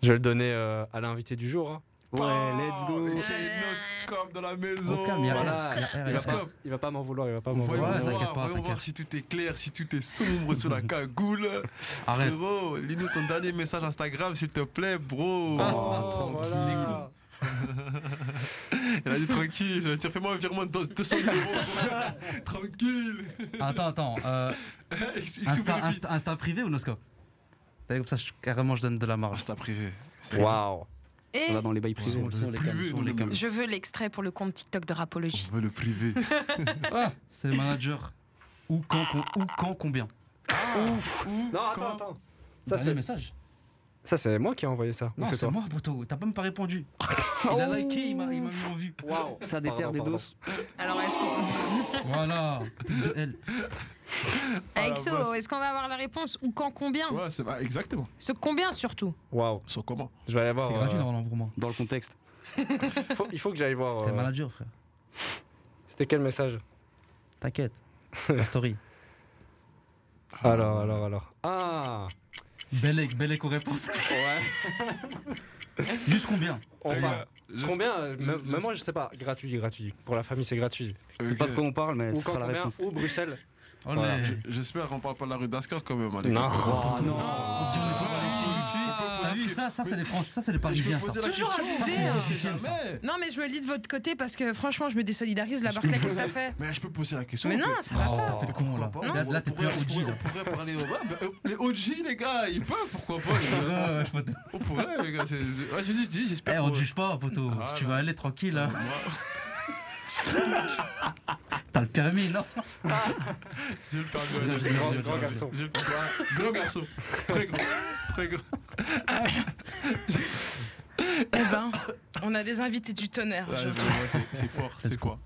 [SPEAKER 4] Je vais le donner euh, à l'invité du jour. hein.
[SPEAKER 6] Ouais, let's go.
[SPEAKER 2] Il y a une scope dans la maison.
[SPEAKER 5] Au calme, y a rien.
[SPEAKER 4] Voilà.
[SPEAKER 5] Y a rien, y a
[SPEAKER 2] La
[SPEAKER 5] rien.
[SPEAKER 2] scope.
[SPEAKER 4] Il va pas m'en vouloir, il va pas m'en
[SPEAKER 2] Voyons
[SPEAKER 5] Ouais,
[SPEAKER 4] vouloir.
[SPEAKER 5] t'inquiète
[SPEAKER 2] voir,
[SPEAKER 5] pas,
[SPEAKER 2] voyons voir
[SPEAKER 5] t'inquiète.
[SPEAKER 2] si tout est clair, si tout est sombre sur la cagoule.
[SPEAKER 5] Arrête.
[SPEAKER 2] Frérot, lis-nous ton dernier message Instagram, s'il te plaît, bro.
[SPEAKER 5] Ah.
[SPEAKER 4] Oh, voilà.
[SPEAKER 2] Il a dit tranquille, j'ai dit, fais-moi un virement de 200 000 euros. tranquille.
[SPEAKER 5] Attends, attends. euh,
[SPEAKER 2] Ex- ex-
[SPEAKER 5] Insta,
[SPEAKER 2] oublie-
[SPEAKER 5] Insta- Insta privé ou Noscope T'as vu, Comme ça, je- carrément, je donne de la marge.
[SPEAKER 2] Insta privé.
[SPEAKER 4] Waouh.
[SPEAKER 3] Et
[SPEAKER 6] On va dans les bails privés.
[SPEAKER 5] Ils sont les cams, ils sont les cams.
[SPEAKER 3] je veux l'extrait pour le compte TikTok de Rapologie.
[SPEAKER 2] On veut le privé.
[SPEAKER 5] Ah, c'est le manager. Ou quand, con- ou quand, combien
[SPEAKER 2] Ouf.
[SPEAKER 4] Non, attends, attends. Ça,
[SPEAKER 5] Dernier
[SPEAKER 4] c'est-
[SPEAKER 5] message.
[SPEAKER 4] Ça, c'est moi qui ai envoyé ça. ou
[SPEAKER 5] Non, c'est
[SPEAKER 4] toi
[SPEAKER 5] moi, Boto. T'as même pas répondu. Il
[SPEAKER 2] Oh.
[SPEAKER 5] a liké, il m'a il m'a mis en vue.
[SPEAKER 4] Waouh.
[SPEAKER 6] Ça
[SPEAKER 4] Pardon,
[SPEAKER 6] déterre des
[SPEAKER 4] pardon.
[SPEAKER 6] doses.
[SPEAKER 3] Alors, est-ce qu'on.
[SPEAKER 5] Voilà. Type de L.
[SPEAKER 2] Ah,
[SPEAKER 3] Avec ça,
[SPEAKER 2] boss.
[SPEAKER 3] est-ce qu'on va avoir la réponse Ou quand combien
[SPEAKER 2] Ouais, c'est bah, exactement.
[SPEAKER 3] Ce combien surtout
[SPEAKER 4] Waouh.
[SPEAKER 2] Sans comment
[SPEAKER 4] Je vais aller voir.
[SPEAKER 5] C'est gratuit
[SPEAKER 4] euh,
[SPEAKER 5] normalement pour moi.
[SPEAKER 6] Dans le contexte.
[SPEAKER 4] faut- il faut que j'aille voir.
[SPEAKER 5] T'es
[SPEAKER 4] euh,
[SPEAKER 5] manager, frère.
[SPEAKER 4] C'était quel message
[SPEAKER 2] *laughs*
[SPEAKER 5] T'inquiète. Ta story.
[SPEAKER 4] Alors, alors, alors. Ah
[SPEAKER 5] Belek, Belek aux réponses.
[SPEAKER 4] Ouais.
[SPEAKER 5] Juste combien
[SPEAKER 4] On
[SPEAKER 2] Les
[SPEAKER 4] va.
[SPEAKER 2] gars, je-
[SPEAKER 4] Combien euh,
[SPEAKER 2] je-
[SPEAKER 4] même,
[SPEAKER 2] je-
[SPEAKER 4] même moi, je sais pas. Gratuit, gratuit. Pour la famille, c'est gratuit.
[SPEAKER 6] Je
[SPEAKER 2] Ok.
[SPEAKER 6] sais pas de quoi on parle, mais
[SPEAKER 4] Ou
[SPEAKER 6] ce
[SPEAKER 4] quand
[SPEAKER 6] sera la
[SPEAKER 4] combien
[SPEAKER 6] réponse.
[SPEAKER 4] Ou Bruxelles
[SPEAKER 5] Oh
[SPEAKER 4] Voilà,
[SPEAKER 5] là.
[SPEAKER 2] Je- J'espère qu'on parle pas de la rue d'Ascard quand même. hein, les
[SPEAKER 4] Non.
[SPEAKER 2] gars.
[SPEAKER 6] Oh,
[SPEAKER 5] Ah, non.
[SPEAKER 6] non.
[SPEAKER 5] Si on est pas
[SPEAKER 2] Ah.
[SPEAKER 5] ici tout de suite. T'as vu ça Ça, c'est les Français, ça, c'est les
[SPEAKER 2] Je peux
[SPEAKER 5] Parisiens, ça.
[SPEAKER 2] poser la
[SPEAKER 3] Toujours
[SPEAKER 2] question,
[SPEAKER 3] abusé,
[SPEAKER 2] mais
[SPEAKER 3] hein.
[SPEAKER 2] je sais jamais.
[SPEAKER 3] Non, mais je me lis de votre côté parce que franchement, je me désolidarise.
[SPEAKER 6] *laughs*
[SPEAKER 3] La Barclay, qu'est-ce que t'as fait
[SPEAKER 2] Mais je peux poser la question.
[SPEAKER 3] Mais non, ça va
[SPEAKER 5] Oh,
[SPEAKER 3] pas.
[SPEAKER 5] t'as fait le con là.
[SPEAKER 2] Pourquoi pas
[SPEAKER 5] Là,
[SPEAKER 2] On
[SPEAKER 5] là, t'es plus
[SPEAKER 2] pourrait- on
[SPEAKER 5] OG
[SPEAKER 2] pourrait-
[SPEAKER 5] là.
[SPEAKER 2] On pourrait parler aux ouais, bah, euh, Les OG, les gars, ils peuvent, pourquoi pas
[SPEAKER 5] *laughs* Ouais,
[SPEAKER 2] je-
[SPEAKER 5] ouais, je peux te-
[SPEAKER 2] On pourrait, les gars. c'est- c'est- Ouais, je je dis,
[SPEAKER 5] Eh,
[SPEAKER 2] j'espère.
[SPEAKER 5] on
[SPEAKER 2] qu'on-
[SPEAKER 5] te juge pas, poteau.
[SPEAKER 2] Ah,
[SPEAKER 5] si tu
[SPEAKER 2] non.
[SPEAKER 5] veux aller tranquille,
[SPEAKER 2] Moi-
[SPEAKER 5] hein. t'as le permis, non
[SPEAKER 2] J'ai le permis, ouais, j'ai
[SPEAKER 5] Grand-
[SPEAKER 2] le permis,
[SPEAKER 4] grand
[SPEAKER 2] j'ai le
[SPEAKER 4] garçon.
[SPEAKER 2] permis. J'ai le permis, ouais. Grand garçon. Très grand. Très grand.
[SPEAKER 3] Eh ben, on a des invités du tonnerre.
[SPEAKER 2] Ouais,
[SPEAKER 3] aujourd'hui.
[SPEAKER 2] mais moi, c'est- C'est fort, c'est quoi